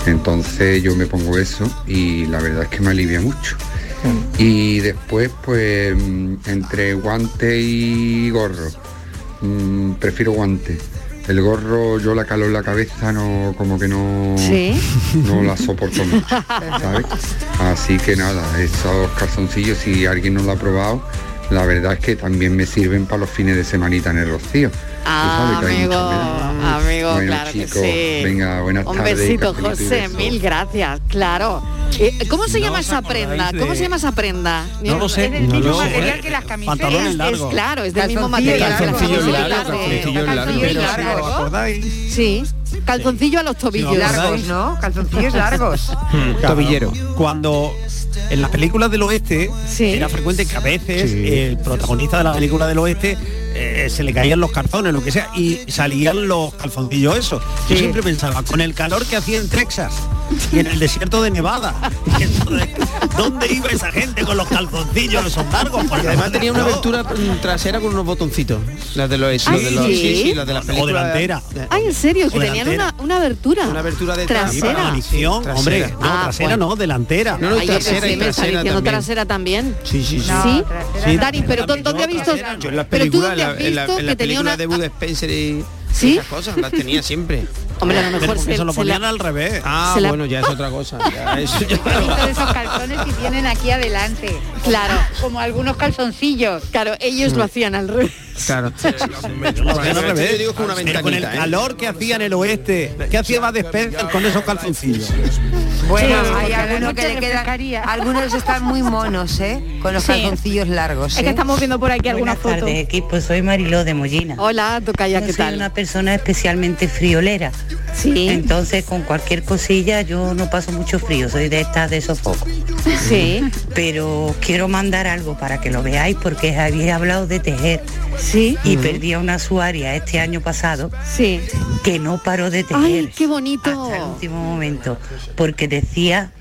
Entonces yo me pongo eso y la verdad es que me alivia mucho. Y después, pues, mm, entre guante y gorro. Mm, prefiero guante. El gorro, yo la calor en la cabeza no, como que no, Sí. no la soporto mucho, ¿sabes? Así que nada, esos calzoncillos, si alguien no lo ha probado, la verdad es que también me sirven para los fines de semanita en el rocío. Ah, Tú sabes que hay amigo, amigo, Bueno, claro chicos, que sí. venga, buenas Un tardes, besito, cafelito y José, besos. mil gracias, claro. Eh, ¿Cómo se No llama os esa acordáis prenda? ¿Cómo de- se llama esa prenda? No lo sé, Es del no mismo lo sé. material que las camisetas. Pantalones Es- es- largos. claro, es del mismo Calzoncillo material. que las largo, calzoncillo camisetas. largo. Calzoncillo Pero si largo. os acordáis, Sí, calzoncillo a los tobillos. acordáis. ¿no? Calzoncillos largos. Tobillero. Cuando en las películas del oeste Sí. era frecuente que a veces el protagonista de la película del oeste eh, se le caían los calzones, lo que sea, y salían los calzoncillos esos. Yo siempre pensaba, con el calor que hacía en Texas y en el desierto de Nevada, entonces, ¿dónde iba esa gente con los Pues, calzoncillos esos largos? Porque Además tenía una abertura mm, trasera con unos botoncitos. Las de los, Ah, los de los ¿sí? sí, sí, las de las O películas. delantera. Ay, en serio, que O tenían una, delantera. una abertura. Una abertura de trasera. Munición, Trasera. hombre, no, Ah, trasera bueno. no, delantera. No, Ay, sí, me está diciendo trasera también. Sí, sí, sí. ¿Sí? Sí, Dani, pero ¿dó- ¿dónde has visto? Yo en las Pero tú películas, dónde en has la- en la- visto en que las tenía una películas de Bud Spencer y ¿Sí? esas cosas, las tenía siempre. Hombre, a lo mejor porque se- eso lo se la- ponían al revés. Ah, se la- bueno, ya es otra cosa. ya eso ya- de esos calzones que tienen aquí adelante. Claro. Como algunos calzoncillos. Claro, ellos lo hacían al revés. Claro. Lo hacían al revés. Yo digo que una Pero con el ventanita, ¿eh? calor que hacía en el oeste, ¿qué hacía Bud Spencer con esos calzoncillos? Bueno, Sí, hay porque a la algunos noche que le le quedan. pescaría. Algunos están muy monos, ¿eh? con los Sí. calzoncillos largos. ¿eh? Es que estamos viendo por aquí algunas Buenas fotos. tardes, equipo. Soy Mariló de Mollina. Hola, Tocaya, Yo ¿qué soy tal? una persona especialmente friolera. Sí. Entonces, con cualquier cosilla, yo no paso mucho frío. Soy de estas de sofoco. Sí. Pero quiero mandar algo para que lo veáis, porque habéis hablado de tejer. Sí. Y Ujú. perdí a una usuaria este año pasado. Sí. Que no paró de tejer. Ay, qué bonito. Hasta el último momento, porque decía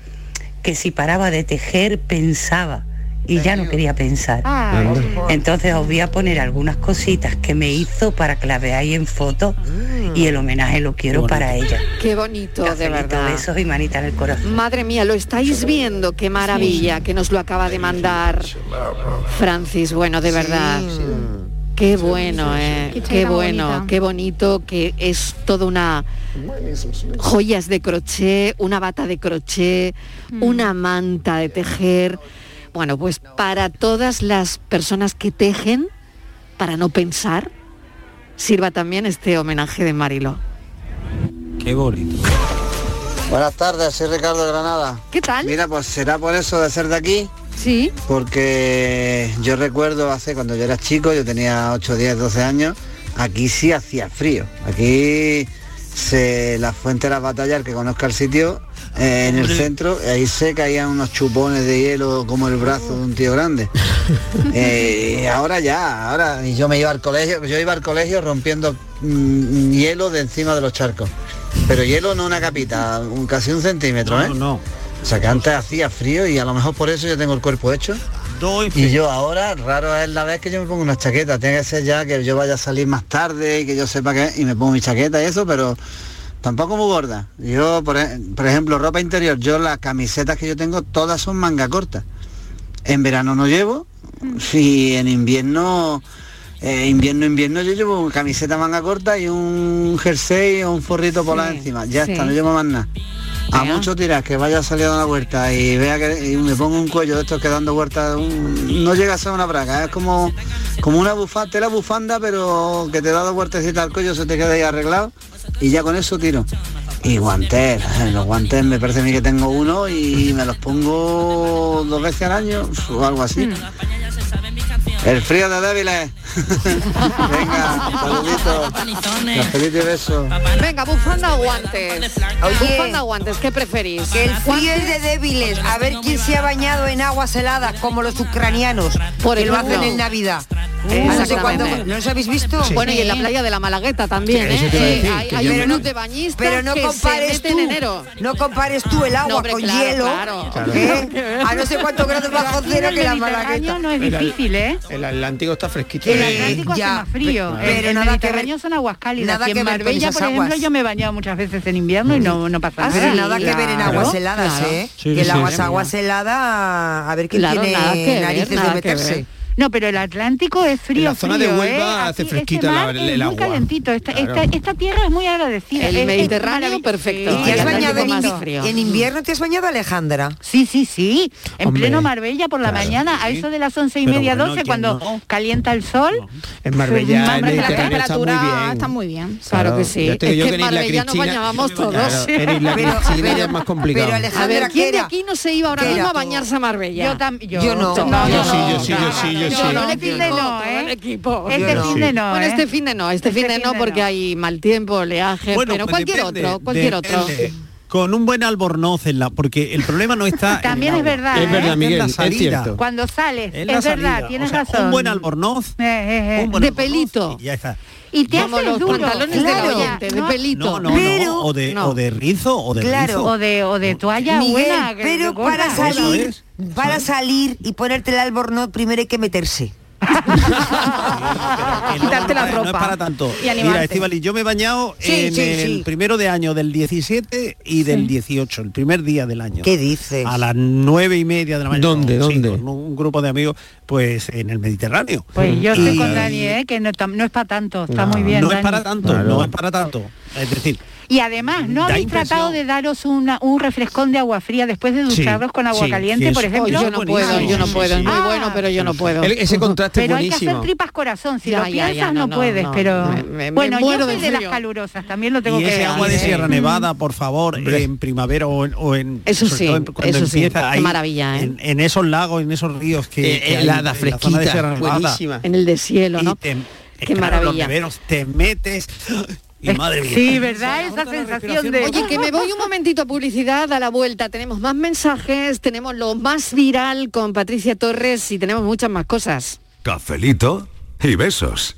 que si paraba de tejer pensaba y ya no quería pensar. Ah. Anda. Entonces os voy a poner algunas cositas que me hizo para que las veáis en foto y el homenaje lo quiero para ella. Qué bonito, de Cafelito, verdad. besos y manita en el corazón. Madre mía, lo estáis viendo, qué maravilla que nos lo acaba de mandar Francis. Bueno, de verdad. Qué bueno, eh. Qué qué chaqueta bueno, bonita. qué bonito que es toda una joyas de crochet, una bata de crochet, una manta de tejer. Bueno, pues para todas las personas que tejen, para no pensar, sirva también este homenaje de Marilo. Qué bonito. Buenas tardes, soy Ricardo de Granada. ¿Qué tal? Mira, pues será por eso de ser de aquí. Sí. Porque yo recuerdo hace cuando yo era chico, yo tenía 8, 10, 12 años, aquí sí hacía frío. Aquí se la fuente de las batallas, el que conozca el sitio, eh, en el centro, ahí se caían unos chupones de hielo como el brazo de un tío grande. Eh, y ahora ya, ahora y yo me iba al colegio, yo iba al colegio rompiendo mm, hielo de encima de los charcos. Pero hielo no una capita, un- casi un centímetro, ¿eh? O sea que antes hacía frío y a lo mejor por eso yo tengo el cuerpo hecho. Y yo ahora, raro es la vez que yo me pongo una chaqueta, tiene que ser ya que yo vaya a salir más tarde y que yo sepa que y me pongo mi chaqueta y eso, pero tampoco muy gorda. Yo, por, e- por ejemplo, ropa interior, yo las camisetas que yo tengo todas son manga corta. En verano no llevo, Mm. si en invierno, eh, invierno, invierno yo llevo camiseta manga corta y un jersey o un forrito polar Sí, encima. Ya sí. está, no llevo más nada. A mucho tiras que vaya saliendo a la vuelta y vea que y me pongo un cuello de estos que dando vueltas un- no llega a ser una braga, es como como una bufanda, tela bufanda pero que te da dos vueltecitas al cuello, se te queda ahí arreglado y ya con eso tiro. Y guantes, eh, los guantes me parece a mí que tengo uno y me los pongo dos veces al año o algo así. El frío de débiles. Venga, saluditos. Cafelito y beso. Venga, bufanda o guantes. Bufanda o guantes, ¿qué preferís? Que el frío es de débiles. A ver quién se ha bañado en aguas heladas como los ucranianos. Por que lo ejemplo. hacen en Navidad. Exactamente. Ah, no sé cuándo- ¿No os habéis visto? Bueno, y en la playa de la Malagueta también, Sí, ¿eh? eso te iba a Sí, decir, hay que hay yo- un Pero club no- de bañistas pero no que compares se meten tú. en enero. No compares tú el agua No, hombre, con claro, hielo claro. Claro. ¿eh? a no sé cuántos grados bajo Aquí en cero el que la Mediterráneo malagueta. no es El al- difícil, ¿eh? El Atlántico está fresquito. El Atlántico hace más frío. Claro. El- el Mediterráneo son aguas cálidas. nada y que en ver con Marbella, esas por ejemplo, aguas. yo me he bañado muchas veces en invierno y no, no pasa Ah, nada. pero nada que ver en aguas heladas, claro. ¿eh? Sí, que el sí, aguas sí. aguas heladas, a ver quién Claro, tiene nada que ver, narices nada de que meterse. ver. No, pero el Atlántico es frío. la zona de frío, Huelva ¿eh? hace Aquí fresquito este la- mar el es muy agua. calentito. Esta, esta- Claro. esta tierra es muy agradecida. El Es- es Mediterráneo, maravilloso. perfecto. Sí, ¿Te has el bañado en, Atlántico invi- más frío. en invierno? ¿Te has bañado, Alejandra? Sí, sí, sí. En Hombre, pleno Marbella por la claro, mañana, a sí. eso de las once y Pero media, bueno, doce, ¿quién cuando calienta el sol. En Marbella, en Hombre, la Mediterráneo está muy bien. muy bien. Claro que sí. Yo te digo yo que en Isla Cristina- bañábamos todos. Claro, en Isla Cristina ya es más complicado. pero Alejandra, a ver, ¿quién de aquí no se iba ahora ¿Qué mismo era a tú? bañarse a Marbella? Yo tam- yo. Yo no. Yo sí, yo sí, yo sí, no, yo no, sí. no, ¿eh? Yo el equipo, no. todo el equipo. Este Yo no. fin de no, Bueno, ¿eh? este fin de no, este, fin de no porque hay mal tiempo, oleaje, Bueno, pero pues cualquier depende, ¿eh? otro, cualquier otro. depende. Con un buen albornoz en la, porque el problema no está. También es verdad. ¿eh? en la salida. Cuando sales, En es la verdad, salida, tienes o sea, razón. Eh, Un buen albornoz. de pelito. Ya está. Este Y te Como haces los duro. pantalones de la claro, oyente, de ¿no? pelito. No, no, no, o de, o de rizo, o de Claro. rizo. O de, o de toalla Miguel, buena. que- pero gorda. para salir, para salir y ponerte el albornoz primero hay que meterse. Quitarte la ropa. No es para tanto. Y animarte. Mira, Estivali, yo me he bañado Sí, en sí, el sí. primero de año del 17 y del Sí. 18, el primer día del año. ¿Qué dices? A las nueve y media de la mañana. ¿Dónde, Sí, dónde? con un grupo de amigos, pues en el Mediterráneo. Pues yo estoy Y- con Dani, ¿eh? que no, tam- no es para tanto, está muy bien. No es Dani. para tanto, no es para tanto. Es decir, Y además, ¿no Da habéis impresión- tratado de daros una- un refrescón de agua fría después de Sí, ducharos con agua sí, caliente, que por eso- ejemplo? Yo no puedo, Sí, yo no sí, puedo, sí, es muy sí. bueno, pero yo no puedo. El- ese contraste pero es hay que hacer buenísimo. tripas corazón, si Ya, lo ya, ya, piensas no, no, no, puedes, no, pero... me- me- me bueno, muero yo soy de de, las frío. calurosas, también lo tengo y que ese decir. agua de Sierra Mm. Nevada, por favor, en primavera o en, o en- Eso sobre sí, todo en- cuando eso sí, empieza qué ahí, maravilla, ¿eh? en, en esos lagos, en esos ríos que, Eh, que hay helada, en la zona de fresquita, Sierra Nevada. buenísima. En el deshielo, ¿no? Eh, claro, Qué Los maravilla. neveros, te metes y Es- madre mía. Eh, Sí, ¿verdad? Esa sensación de... Oye, que me voy un momentito a publicidad, a la vuelta tenemos más mensajes, tenemos lo más viral con Patricia Torres y tenemos muchas más cosas. Cafelito y besos.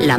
La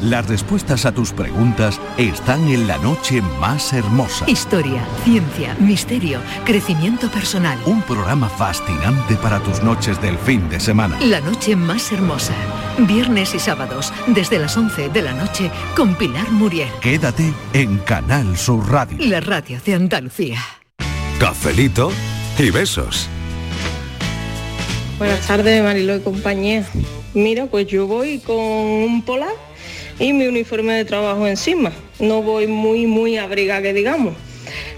Las respuestas a tus preguntas están en la noche más hermosa. Historia, ciencia, misterio, crecimiento personal. Un programa fascinante para tus noches del fin de semana. La noche más hermosa. Viernes y sábados, desde las 11 de la noche, con Pilar Muriel. Quédate en Canal Sur Radio. La radio de Andalucía. Cafelito y besos. Buenas tardes, Marilo y compañía. Mira, pues yo voy con un polar y mi uniforme de trabajo encima. No voy muy, muy abrigada, que digamos.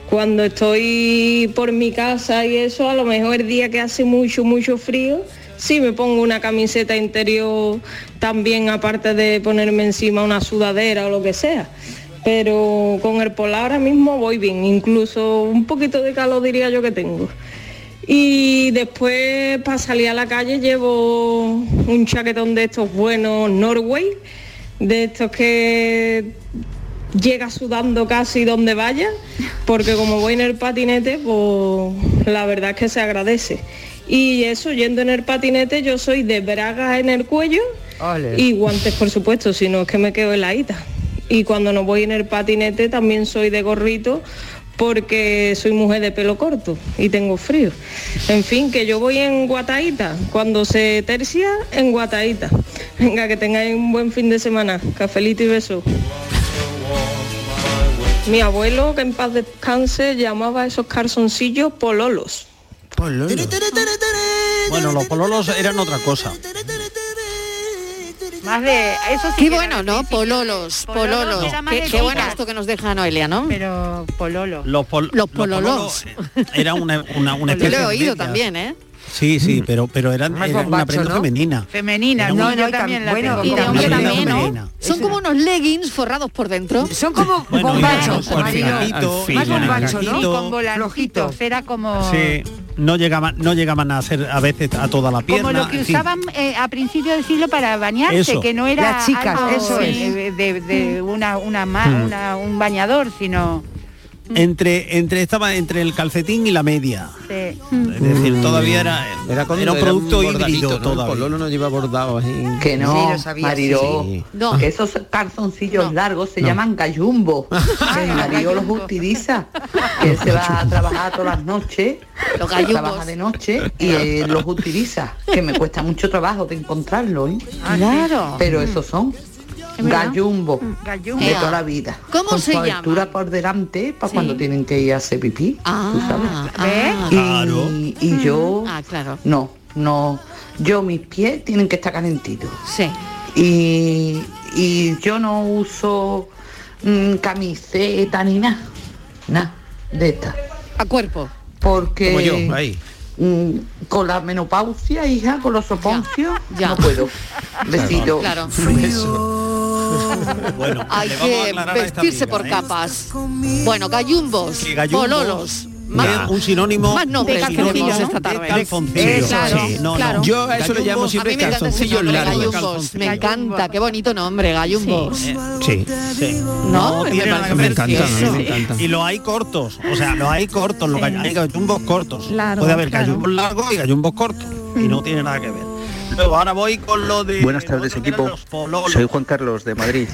Cuando estoy por mi casa y eso, a lo mejor el día que hace mucho, mucho frío, sí me pongo una camiseta interior también, aparte de ponerme encima una sudadera o lo que sea. Pero con el polar ahora mismo voy bien, incluso un poquito de calor diría yo que tengo. Y después para salir a la calle llevo un chaquetón de estos buenos Norway, de estos que llega sudando casi donde vaya, porque como voy en el patinete, pues la verdad es que se agradece. Y eso, yendo en el patinete, yo soy de bragas en el cuello y guantes, por supuesto, si no es que me quedo heladita. Y cuando no voy en el patinete también soy de gorrito porque soy mujer de pelo corto y tengo frío. En fin, que yo voy en guataíta. Cuando se tercia, en guataíta. Venga, que tengáis un buen fin de semana. Cafelito y beso. Mi abuelo, que en paz descanse, llamaba a esos calzoncillos pololos. Bueno, los pololos eran otra cosa. Más de eso sí Qué que bueno, era ¿no? difícil. Pololos Pololos, pololos. era más Qué, de qué bueno chicas. esto que nos deja Noelia, ¿no? Pero pololo. Los, pol- Los pololos pololos. era una, una, una Yo especie lo he de oído medias. también, ¿eh? Ah, Sí, sí, pero, pero eran, Más era una bombacho, prenda ¿no? femenina. Femenina, Era no, una- yo también la bueno, tengo. y de hombre también, ¿no? Son como unos leggings forrados por dentro. Son como Bueno, bombachos, al Marilo. finalito, bombachos. Más al bombacho, Sí, ¿no? con volancitos, era como... Sí, no llegaban, no llegaban a hacer a veces a toda la pierna. Como lo que en fin. usaban eh, a principios del siglo para bañarse, Eso. que no era Las chicas, algo eso de, es. de- de- de una, una, ma- Mm. una- un bañador, sino entre entre estaba entre el calcetín y la media. Sí. Es decir, todavía era era, Mm. cuando un producto bordadito, híbrido ¿no? El todavía. pololo no lleva bordado así. Que no, Mariló. Ah. Que esos calzoncillos largos se llaman gallumbo. que Mariló los utiliza. Que él se va a trabajar todas las noches. Los gallumbos. Trabaja de noche y él los utiliza. Que me cuesta mucho trabajo de encontrarlo, ¿eh? Ah, Claro. Pero esos son verdad. Mm. gallumbo Gallumbo. de toda la vida. ¿Cómo Con su se llama? abertura por delante para Sí. cuando tienen que ir a hacer pipí. tú sabes. Y- Y, yo Ah, claro. no, no. Yo mis pies tienen que estar calentitos. Sí. Y, y yo no uso mm, camiseta ni nada. Nada de esta. A cuerpo. Porque Como yo, ahí. mm, con la menopausia, hija, con los soponcios, no puedo. Besito. Claro. Bueno, Hay le vamos a que aclarar a esta vestirse amiga, por ¿eh? capas. Bueno, gallumbos, Que gallumbo pololos. es un sinónimo más nombres un que tenemos esta de tarde. calzoncillo. Eh, claro, Sí, no, no. claro. Yo a eso le llamo siempre A mí me encanta ese calzoncillos nombre, largos. gallumbos. Me encanta, qué bonito nombre, gallumbos. Sí. No, No, me tiene nada que parece ver. precioso. Sí. Y los hay cortos, o sea, los hay cortos, los gall- hay gallumbos cortos. Claro, Puede haber claro. Mm. gallumbos largos y gallumbos cortos. Y no tiene nada que ver. Luego, ahora voy con lo de... Buenas tardes equipo, soy Juan Carlos de Madrid.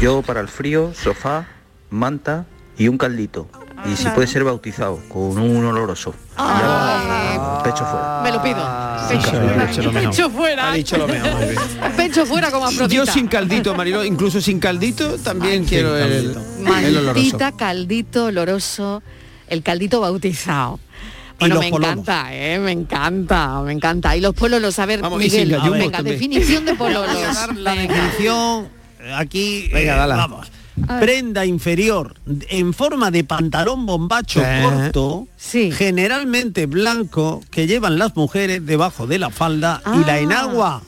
Yo para el frío, sofá, manta y un caldito. Y si puede ser bautizado, con un oloroso. Ya, Pecho fuera. Ah, Me lo pido. Pecho fuera. Pecho fuera. Pecho fuera como afrodita. Yo sin caldito, Marilo, incluso sin caldito también quiero el, el oloroso. Maldita caldito oloroso, el caldito bautizado. Y Bueno, los me pololos. encanta, eh, me encanta, me encanta. Y los pololos, a ver, Vamos, y sin Miguel, gallumbos venga, también. definición de pololos. Voy a dar la Venga. definición eh, aquí. Venga, eh, dala. Vamos. A ver. Prenda inferior en forma de pantalón bombacho Sí. corto, generalmente blanco, que llevan las mujeres debajo de la falda y la Ah. enagua.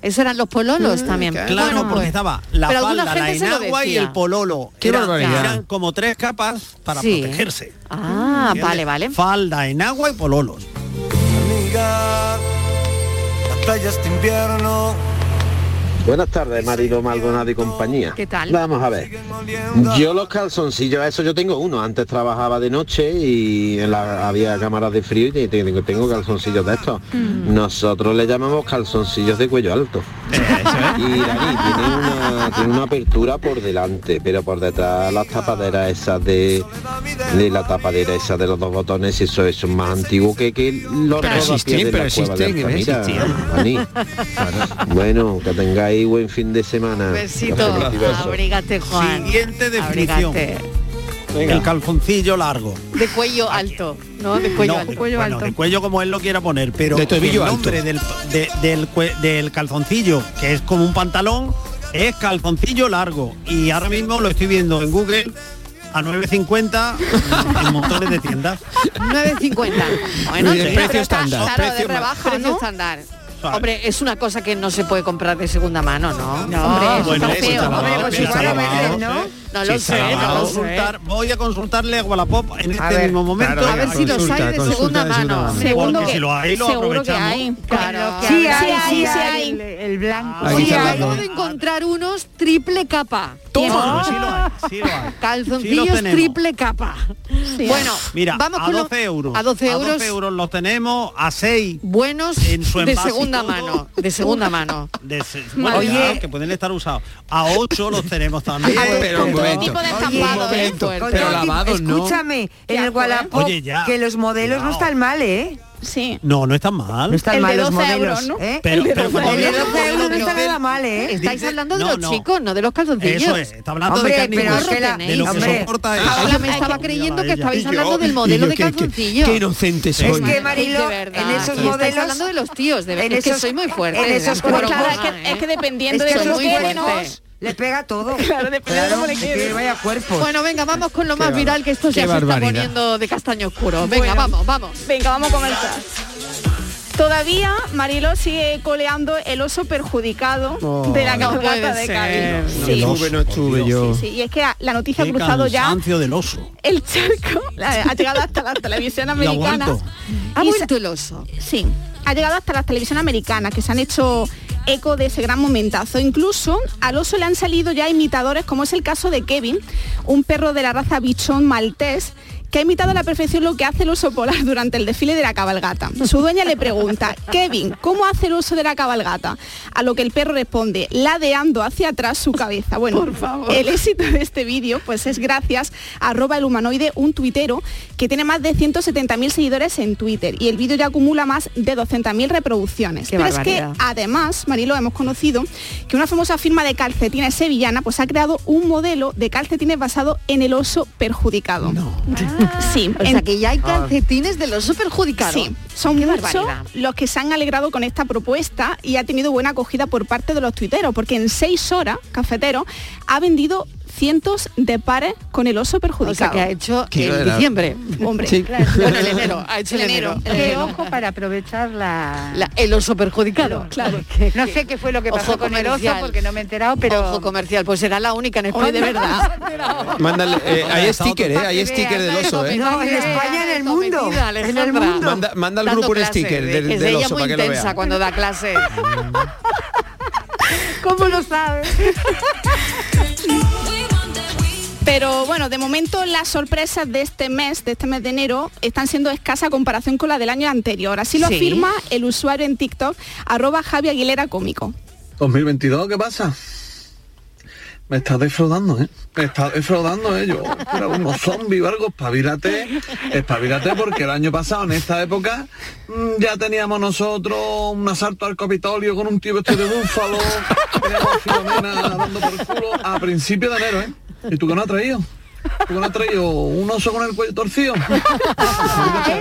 Esos eran los pololos también. Mm, Claro, Bueno, pues, porque estaba la pero alguna falda, la gente se lo enagua y decía. el pololo. Qué Eran- barbaridad. eran como tres capas para Sí. protegerse. Ah, ¿Entiendes? vale, vale. Falda, enagua y pololos. Amiga, las playas de invierno. Buenas tardes, Marilo Maldonado y compañía. ¿Qué tal? Vamos a ver. Yo los calzoncillos, eso yo tengo uno. Antes trabajaba de noche y en la- había cámaras de frío y te- tengo, tengo calzoncillos de estos. Mm. Nosotros le llamamos calzoncillos de cuello alto. Eh, Y Dani, tiene una, tiene una apertura por delante, pero por detrás las tapaderas esas de, de la tapadera esa de los dos botones, eso es más antiguo que, que los Pero rodapiés existen, de la pero cueva Este de existen, ¿eh? Altamira, existían. Dani. Bueno, que tengáis buen fin de semana. Besito. Cafelito y besos. Abrígate, Juan. Siguiente definición. Abrígate. El calzoncillo largo. De cuello alto, ¿no? De cuello No, alto. bueno, de cuello como él lo quiera poner, pero De tobillo alto. el nombre del, de- del, cue- del calzoncillo, que es como un pantalón, es calzoncillo largo. Y ahora mismo lo estoy viendo en Google a 9.50 en montones de tiendas. 9.50. Bueno, Y el sí. precio Pero está, estándar. Claro, de Precio más- rebaja, precio ¿no? estándar. Hombre, es una cosa que no se puede comprar de segunda mano, ¿no? No, Hombre, Ah, pues eso bueno, está eso feo. está lavado, eso está lavado, ¿no? sí. No Sí, lo está sé, no lavado. lo sé. Consultar- Voy a consultarle a Wallapop en este ver. mismo momento. Claro, A ver venga, si los consulta, hay de consulta segunda de segunda mano. mano. Seguro Porque que- si lo hay, lo seguro que aprovechamos. hay. Claro. Sí hay, Sí hay, sí sí hay. hay. El, el blanco. Hay que Oye, saberlo. acabo de encontrar unos triple capa. Toma, Bien. sí lo hay, sí lo hay. Sí los Calzoncillos tenemos. triple capa. Bueno, Mira, vamos a con 12 lo- euros. A 12 euros. los tenemos, a 6. Buenos en su de envase y segunda todo. mano. De segunda mano. De se- bueno, Oye. ya, que pueden estar usados. A 8 los tenemos también. Pero un momento. Tipo de estampado, Oye, ¿eh? Fuerte. Pero con todo tipo- lavado, ¿no? Escúchame, en el Wallapop, Oye, ya. que los modelos no están mal, ¿eh? Sí. No, no están mal. No están mal los modelos, ¿eh? Pero, pero como el de digo, 12 euros no está dice- nada mal, ¿eh? Estáis Dice- hablando de no, los no. chicos, no de los calzoncillos. Eso es, está hablando hombre, de carne y pero hueso, es que la- de lo que hombre. soporta eso. Ahora me Ay, estaba qué creyendo que ella. estabais Y yo, hablando y del yo, modelo de que- que- calzoncillo. Qué inocentes Es soy. que Marilo, de verdad, en esos y estáis modelos- hablando de los tíos, de verdad. en Es que esos- soy muy fuerte. en esos Pero ¿eh? cuerpos- claro, Claro, es que- es que dependiendo de soy los muy cuerpos, fuerte. Le pega todo. Claro, depende de cómo le es quede. que vaya cuerpos. Bueno, venga, vamos con lo Qué más barba- viral que esto ya qué se está barbaridad. poniendo de castaño oscuro. Venga, Bueno. vamos, vamos. Venga, vamos con el chat. Todavía Marilo sigue coleando el oso perjudicado Oh, de la no cabalgata puede de ser. Cádiz. No Sí. estuve, no estuve yo. Sí, y es que la noticia ha Qué cruzado ya cansancio del oso. el charco, la- ha llegado hasta la televisión ha americana. vuelto. Ha Y vuelto se- el oso. Sí, ha llegado hasta la televisión americana, que se han hecho eco de ese gran momentazo. Incluso al oso le han salido ya imitadores, como es el caso de Kevin, un perro de la raza bichón maltés que ha imitado a la perfección lo que hace el oso polar durante el desfile de la cabalgata. Su dueña le pregunta, Kevin, ¿cómo hace el oso de la cabalgata? A lo que el perro responde, ladeando hacia atrás su cabeza. Bueno, Por favor. el éxito de este vídeo pues es gracias a arroba el humanoide, un tuitero que tiene más de 170.000 seguidores en Twitter y el vídeo ya acumula más de 200.000 reproducciones. Qué Pero barbaridad. es que además, Marilo, hemos conocido que una famosa firma de calcetines sevillana pues ha creado un modelo de calcetines basado en el oso perjudicado. Sí, O sea, que ya hay calcetines de los superjudicados. Sí, son muchos barbaridad. los que se han alegrado con esta propuesta y ha tenido buena acogida por parte de los tuiteros, porque en seis horas, Cafetero ha vendido cientos de pares con el oso perjudicado. que ha hecho en Qué en verdad. diciembre. Hombre, Sí. Claro. Bueno, el enero, ha hecho el enero. El Qué enero. ojo para aprovechar la... La- el oso perjudicado. Claro. No sé qué fue lo que pasó Ojo con el comercial. oso porque no me he enterado, pero... Ojo comercial, pues será la única en España, de verdad. Mándale, eh, hay sticker, eh, hay que sticker del veas, oso, eh. No, en España, en el mundo. En el mundo. Manda, manda al Dando grupo un clase sticker de- del, es del ella oso muy para que lo intensa vea. cuando da clase. ¿Cómo lo sabes? Pero bueno, de momento las sorpresas de este mes, de este mes de enero, están siendo escasas a comparación con la del año anterior. Así lo Sí. afirma el usuario en TikTok, arroba Javi Aguilera Cómico. 2022, ¿qué pasa? Me estás defraudando, ¿eh? Me estás defraudando, ¿eh? Yo era como zombie o algo, espabilate, espabilate, porque el año pasado, en esta época, mm, ya teníamos nosotros un asalto al Capitolio con un tío vestido de búfalo, teníamos a Filomena dando por culo a principio de enero, ¿eh? ¿Y tú qué no has traído? ¿Tú qué no has traído un oso con el cuello torcido? Ese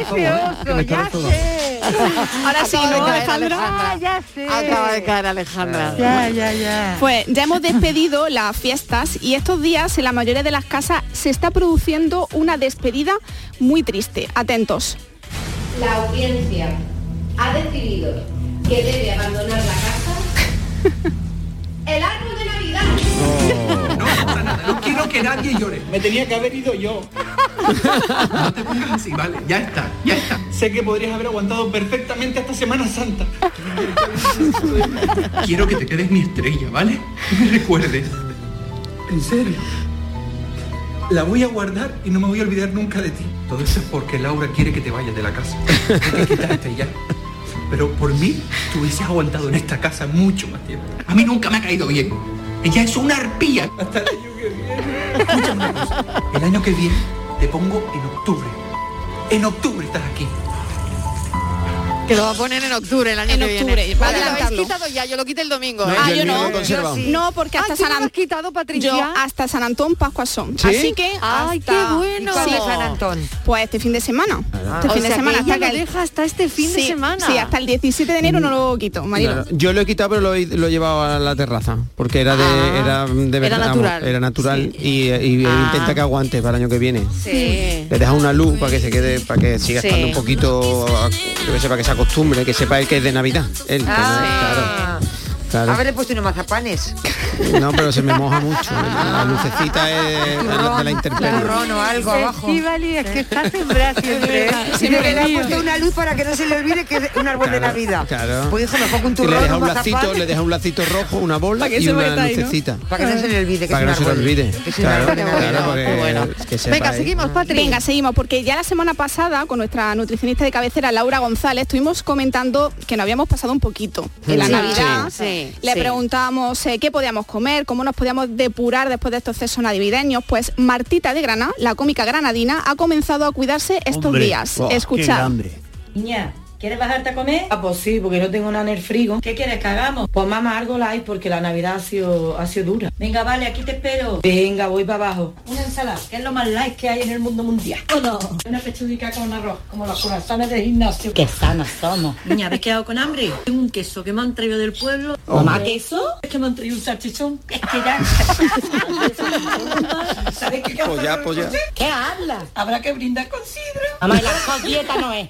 oso, ya sé. Ahora sí, ¿no, Acaba de caer Alejandra? Alejandra. Ah, ya sé. Acaba de caer Alejandra. Ya, ya, ya. Pues ya hemos despedido las fiestas y estos días en la mayoría de las casas se está produciendo una despedida muy triste. Atentos. La audiencia ha decidido que debe abandonar la casa el árbol de Navidad. No quiero que nadie llore. Me tenía que haber ido yo. No te pongas así, vale. Ya está, ya está. Sé que podrías haber aguantado perfectamente hasta Semana Santa. Quiero que te quedes mi estrella, ¿vale? Que me recuerdes. En serio. La voy a guardar y no me voy a olvidar nunca de ti. Todo eso es porque Laura quiere que te vayas de la casa. Hay que quitarte ya. Pero por mí, tú hubieses aguantado en esta casa mucho más tiempo. A mí nunca me ha caído bien. Ella es una arpía. Hasta el año que viene. Escúchame una cosa. El año que viene te pongo en octubre. En octubre estás aquí. Que lo va a poner en octubre el año En que octubre, viene. va a Vale, lo habéis adelantarlo. quitado ya, yo lo quité el domingo. No, ¿eh? Ah, yo yo el mío no. lo conserva. Yo sí. No, porque Ah, hasta ¿tú San lo has Antón. quitado, Patricia? Yo hasta San Antón Pascuas son. ¿Sí? Así que Ay, hasta... qué bueno. ¿Y cuándo es San Antón? Pues este fin de semana. Ah. Este O fin sea de que semana ella lo el- deja hasta este fin de Sí, semana. Sí, hasta el 17 de enero no lo quito, Marilo. Claro, Yo lo he quitado pero lo he, lo he llevado a la terraza porque era de era de verdad, vamos, natural. era natural y, y Ah. intenta que aguante para el año que viene. Sí. Le deja una luz para que se quede, para que siga Sí. estando un poquito, yo que sé, para que se acostumbre, que sepa él que es de Navidad. Él, que no- Ah. claro, claro. Haberle puesto unos mazapanes. No, pero se me moja mucho. La lucecita es de la, de la intemperie. Turrón o algo abajo. Estíbali, es que está sembrada siempre. Siempre le he puesto una luz para que no se le olvide que es un árbol de Navidad. Claro. Pues hijo, me pongo un Y le turrón, deja un un lacito, mazapán. le deja un lacito rojo, una bola Pa' que y se una meta ahí, ¿no? lucecita. Para que no se le olvide que Para que no es se un le árbol. olvide. es un Claro, árbol de Navidad. claro, porque- que sepa Venga, él. seguimos, Patri. Venga, seguimos, porque ya la semana pasada con nuestra nutricionista de cabecera, Laura González, estuvimos comentando que nos habíamos pasado un poquito en la Sí, Navidad. sí, sí, Le sí. preguntábamos eh, qué podíamos comer, cómo nos podíamos depurar después de estos excesos navideños. Pues Martita de Grana, la cómica granadina, ha comenzado a cuidarse estos Hombre, días. guau, qué Escuchad. grande. Niña, ¿quieres bajarte a comer? Ah, pues sí, porque no tengo nada en el frigo. ¿Qué quieres que hagamos? Pues mamá, algo la hay porque la Navidad ha sido, ha sido dura. Venga, vale, aquí te espero. Venga, voy para abajo. Una ensalada, que es lo más light que hay en el mundo mundial. ¿O no? Una pechuguica con arroz, como las corazones de gimnasio. Qué sanos somos. Niña, ¿te has quedado con hambre? Tengo un queso que me han traído del pueblo. Hombre. ¿Mamá queso? Es que me han traído un salchichón. Es que ya... ¿Sabes qué Pues ya, pues ya. ¿Qué habla? Habrá que brindar con sidra. Mamá, y la dieta no es.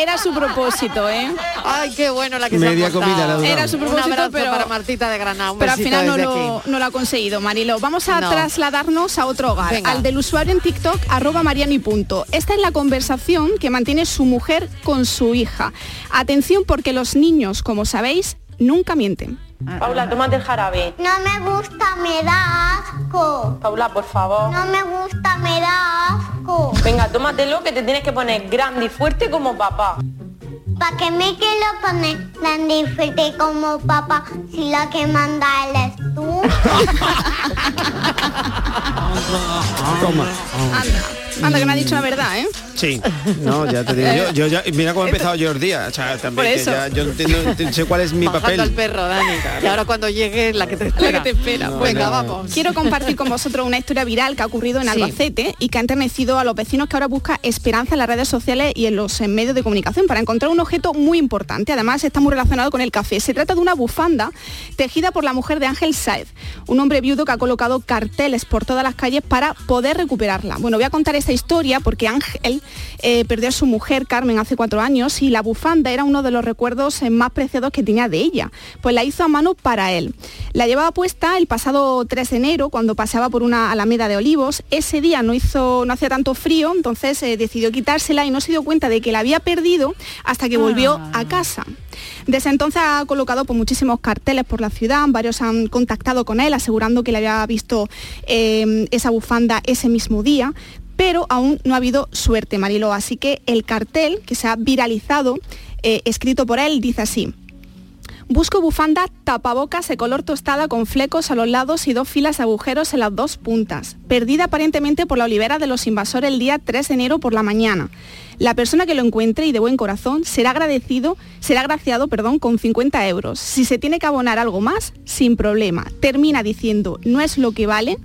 Era su propósito, ¿eh? Ay, qué bueno la que se Media ha montado. comida la dura. Era su propósito, Un abrazo pero- para Martita de Granada. un Pero al besito final no desde lo, aquí. no lo ha conseguido, Marilo. Vamos a No. trasladarnos a otro hogar, Venga. al del usuario en TikTok, arroba Mariano y punto. Esta es la conversación que mantiene su mujer con su hija. Atención porque los niños, como sabéis, nunca mienten. Paula, tómate el jarabe. No me gusta, me da asco. Paula, por favor. No me gusta, me da asco. Venga, tómatelo que te tienes que poner grande y fuerte como papá. ¿Para qué me quiero poner tan fuerte como papá si la que manda él es tú? Toma. Anda, que me ha dicho la verdad, ¿eh? Sí, no, ya te digo. Yo, yo ya, mira cómo ha empezado yo el día. O sea, también Por que eso. ya yo entiendo, ent- sé cuál es mi Bajando al papel. perro, Dani. Y ahora cuando llegue la que te espera. Venga, vamos. Quiero compartir con vosotros una historia viral que ha ocurrido en Sí. Albacete y que ha enternecido a los vecinos que ahora busca esperanza en las redes sociales y en los eh, medios de comunicación para encontrar un objeto muy importante. Además, está muy relacionado con el café. Se trata de una bufanda tejida por la mujer de Ángel Saez, un hombre viudo que ha colocado carteles por todas las calles para poder recuperarla. Bueno, voy a contar esta historia porque Ángel eh, perdió a su mujer, Carmen, hace cuatro años y la bufanda era uno de los recuerdos eh, más preciados que tenía de ella, pues la hizo a mano para él. La llevaba puesta el pasado 3 de enero cuando paseaba por una alameda de olivos. Ese día no, hizo, no hacía tanto frío, entonces eh, decidió quitársela y no se dio cuenta de que la había perdido hasta que volvió a casa. Desde entonces ha colocado pues, muchísimos carteles por la ciudad, varios han contactado con él asegurando que le había visto eh, esa bufanda ese mismo día, pero aún no ha habido suerte, Mariló. Así que el cartel que se ha viralizado, eh, escrito por él, dice así. Busco bufanda tapabocas de color tostada con flecos a los lados y dos filas de agujeros en las dos puntas, perdida aparentemente por la olivera de los invasores el día 3 de enero por la mañana. La persona que lo encuentre y de buen corazón será agradecido, será agraciado, perdón, con 50 euros. Si se tiene que abonar algo más, sin problema. Termina diciendo, no es lo que vale,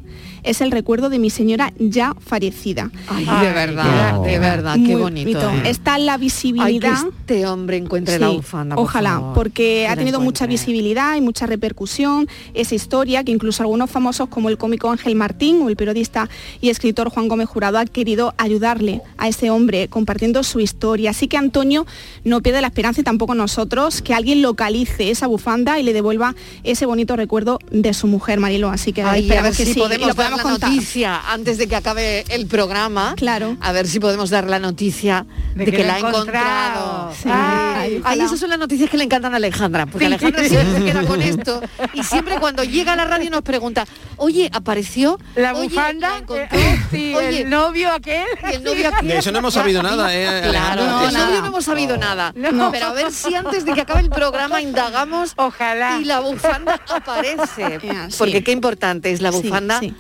es el recuerdo de mi señora ya fallecida. Ay, de verdad, de verdad, qué Muy bonito. eh. Está la visibilidad. Ay, que este hombre encuentre la bufanda, por Ojalá, favor. porque Que ha la tenido mucha visibilidad y mucha repercusión esa historia que incluso algunos famosos como el cómico Ángel Martín o el periodista y escritor Juan Gómez Jurado ha querido ayudarle a ese hombre compartiendo su historia. Así que Antonio no pierde la esperanza y tampoco nosotros que alguien localice esa bufanda y le devuelva ese bonito recuerdo de su mujer Marilo. Así que Ay, a esperamos ver que si sí, y podemos, lo dar podamos la contar. noticia antes de que acabe el programa. Claro. A ver si podemos dar la noticia de, que, la ha encontrado. Sí. Ay, ay, esas son las noticias que le encantan a Alejandra, Sí. porque Alejandra siempre se queda con esto y siempre cuando llega a la radio nos pregunta, oye, apareció La Oye, bufanda, eh, la encontró. sí, Oye, el novio aquel. el novio aquel. De eso no hemos sabido nada, ¿eh? Claro, Alejandra? del novio no hemos sabido nada. No. Pero a ver si antes de que acabe el programa indagamos Ojalá. y la bufanda aparece. sí. Porque qué importante es la Sí, bufanda sí.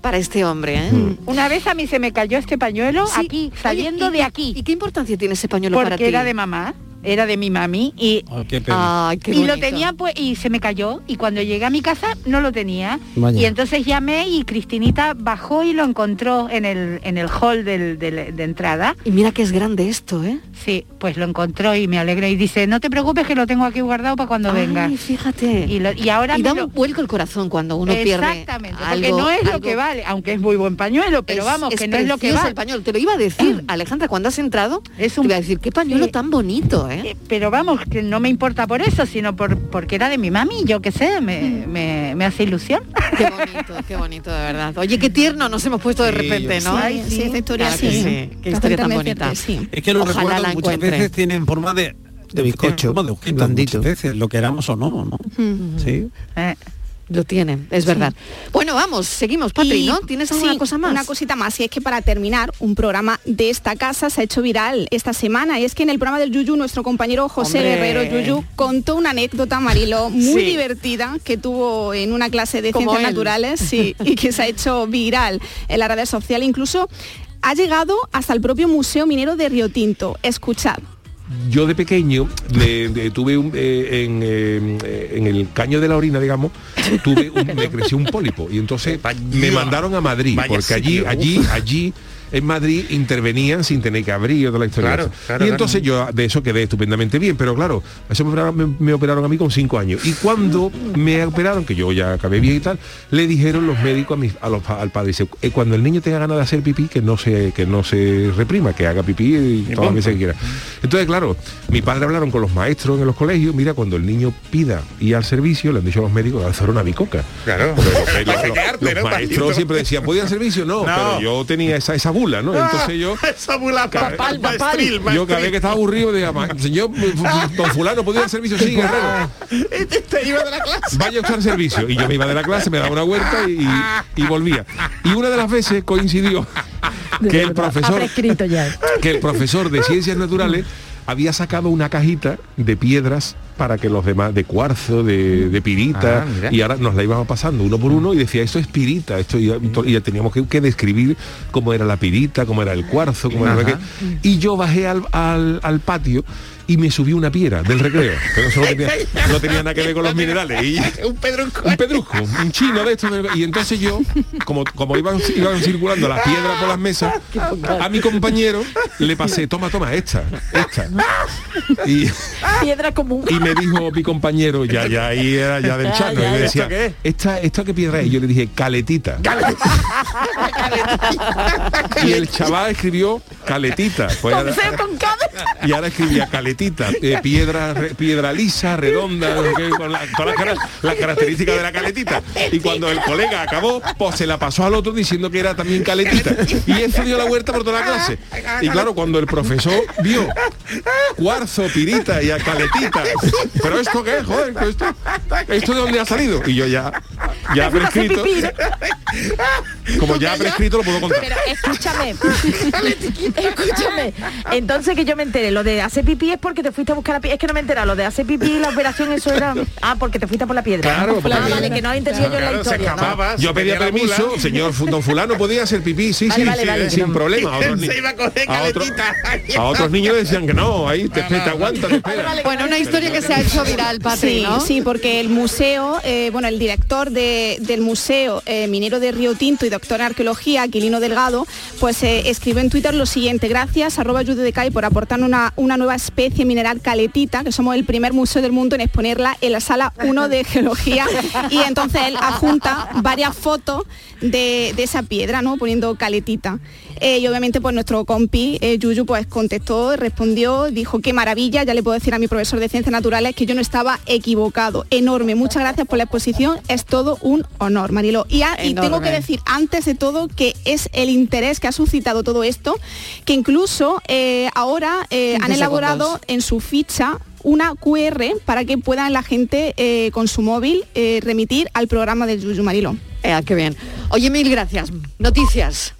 para este hombre. ¿eh? Mm. Una vez a mí se me cayó este pañuelo Sí. aquí, Oye, saliendo ¿y- de aquí. ¿Y qué importancia tiene ese pañuelo Porque para ti? era de mamá, era de mi mami y, qué pena. Ay, qué y lo bonito. tenía pues y se me cayó y cuando llegué a mi casa no lo tenía Vaya. y entonces llamé y Cristinita bajó y lo encontró en el en el hall del- del- de entrada. Y mira que es grande esto, ¿eh? Sí, pues lo encontró y me alegré y dice no te preocupes que lo tengo aquí guardado para cuando Ay, venga. Fíjate. Y, lo- y ahora Y me da lo- un vuelco el corazón cuando uno pierde. Exactamente, algo- porque no es lo algo- que vale, aunque es muy buen pañuelo, pero Es- vamos, que no es lo que precioso vale. el pañuelo. Te lo iba a decir, Alejandra, cuando has entrado, es un... te iba a decir, qué pañuelo Sí. tan bonito, ¿eh? Eh, Pero vamos, que no me importa por eso, sino por porque era de mi mami, yo qué sé, me, me- me hace ilusión. Qué bonito, de verdad. Oye, qué tierno nos hemos puesto de Sí, repente, yo- ¿no? Sí, Ay, sí, sí. esta historia Claro que sí. Qué historia tan Totalmente bonita. Es que los Ojalá recuerdos la muchas encuentre. veces tienen forma de de bizcocho, de objeto, muchas veces, lo queramos o no, ¿no? Sí. Eh. Lo tienen, es verdad. Bueno, vamos, seguimos, Patri, Y- ¿no? ¿Tienes alguna sí, cosa más? Una cosita más, y es que para terminar, un programa de esta casa se ha hecho viral esta semana. Y es que en el programa del Yuyu, nuestro compañero José Hombre. Guerrero Yuyu contó una anécdota, Marilo, muy Sí. divertida que tuvo en una clase de Como ciencias él. naturales sí, y que se ha hecho viral en las redes sociales. Incluso ha llegado hasta el propio Museo Minero de Río Tinto. Escuchad. Yo de pequeño me- me tuve un, eh, en, eh, en el caño de la orina, digamos, tuve un- me creció un pólipo y entonces me mandaron a Madrid Vaya porque allí, sitio. allí, allí en Madrid intervenían sin tener que abrir y otra la historia. Claro, esa. claro, y entonces claro. yo de eso quedé estupendamente bien, pero claro, eso me operaron, me- me operaron a mí con cinco años. Y cuando me operaron, que yo ya acabé bien y tal, le dijeron los médicos a mis- a los pa- al padre, dice, "Eh, cuando el niño tenga ganas de hacer pipí, que no se, que no se reprima, que haga pipí y todas las punto. veces que quiera. Entonces, claro, mi padre hablaron con los maestros en los colegios, mira, cuando el niño pida y al servicio, le han dicho a los médicos, hacer una bicoca. Claro. Los- los maestros siempre decían, ¿podían servicio? No, pero yo tenía esa, esa gula, Ah. ¿no? Entonces yo... Esa bula Cada- papal, maestril, Yo cada vez que estaba aburrido, decía, "Ma- señor, f- f- don fulano, ¿podía el servicio? Sí, guerrero. Este, este iba de la clase. Vaya a usar servicio. Y yo me iba de la clase, me daba una vuelta y, y volvía. Y una de las veces coincidió que el profesor prescrito ya. que el profesor de ciencias naturales había sacado una cajita de piedras para que los demás, de cuarzo, de, de pirita, Ah, mira. y ahora nos la íbamos pasando uno por uno y decía, esto es pirita, esto y, y ya teníamos que, que describir cómo era la pirita, cómo era el cuarzo, cómo era Ajá. aquel. Y yo bajé al, al- al patio y me subí una piedra del recreo, pero eso no tenía, no tenía nada que ver con los minerales. Y, Un pedrusco. un pedrusco, un chino de estos. Y entonces yo, como, como iban, iban circulando las piedras por las mesas, a mi compañero le pasé, toma, toma, esta, esta. Y, Piedra común. y me dijo mi compañero, ya, ya, ahí era ya del Ya, chano, ya, y me ¿esto decía, qué es? ¿esta, ¿esta qué piedra es? Y yo le dije, caletita. Y el chaval escribió caletita. Pues ahora- y ahora escribía caletita, eh, piedra, re- piedra lisa, redonda, no sé qué, con la- todas las, cara- las características de la caletita. Y cuando el colega acabó, pues se la pasó al otro diciendo que era también caletita. Y eso dio la vuelta por toda la clase. Y claro, cuando el profesor vio cuarzo, pirita y a caletita, pero esto qué es, joder, ¿Pero esto, esto de dónde ha salido. Y yo ya, ya he prescrito, como ya he prescrito lo puedo contar. Pero escúchame, escúchame. Entonces que yo me enteré, lo de hacer pipí es porque te fuiste a buscar la piedra. Es que no me he enterado, lo de hacer pipí y la operación, eso era. Ah, porque te fuiste a por la piedra. Claro, Ah, por la vale, piedra. que no entendía yo la Claro, se historia. ¿no? escapaba. Yo pedía Tenía la permiso, mula. señor fu- don fulano podía hacer pipí, sí, Vale, sí, vale, sí, vale. sin problema. A otros, ni- Se iba a coger a otro- caletita. a otros niños decían que no, ahí te, te aguanta, te espera. Bueno, una historia que se ha hecho viral, Patri, sí, ¿no? sí, porque el museo, eh, bueno, el director de- del Museo eh, Minero de Río Tinto y doctor en arqueología, Aquilino Delgado, pues eh, escribió en Twitter lo siguiente, gracias arroba Yudecay por aportar una, una nueva especie mineral caletita, que somos el primer museo del mundo en exponerla en la sala 1 de geología. Y entonces él adjunta varias fotos de, de esa piedra, ¿no? Poniendo caletita. Eh, y obviamente pues nuestro compi eh, Yuyu pues contestó, respondió, dijo qué maravilla, ya le puedo decir a mi profesor de ciencias naturales que yo no estaba equivocado. Enorme, muchas gracias por la exposición, es todo un honor, Marilo. Y, a- y tengo que Enorme. decir antes de todo que es el interés que ha suscitado todo esto, que incluso eh, ahora eh, 15 han elaborado segundos. en su ficha una QR para que puedan la gente eh, con su móvil eh, remitir al programa del Yuyu Marilo. Eh, qué bien. Oye, mil gracias. Noticias.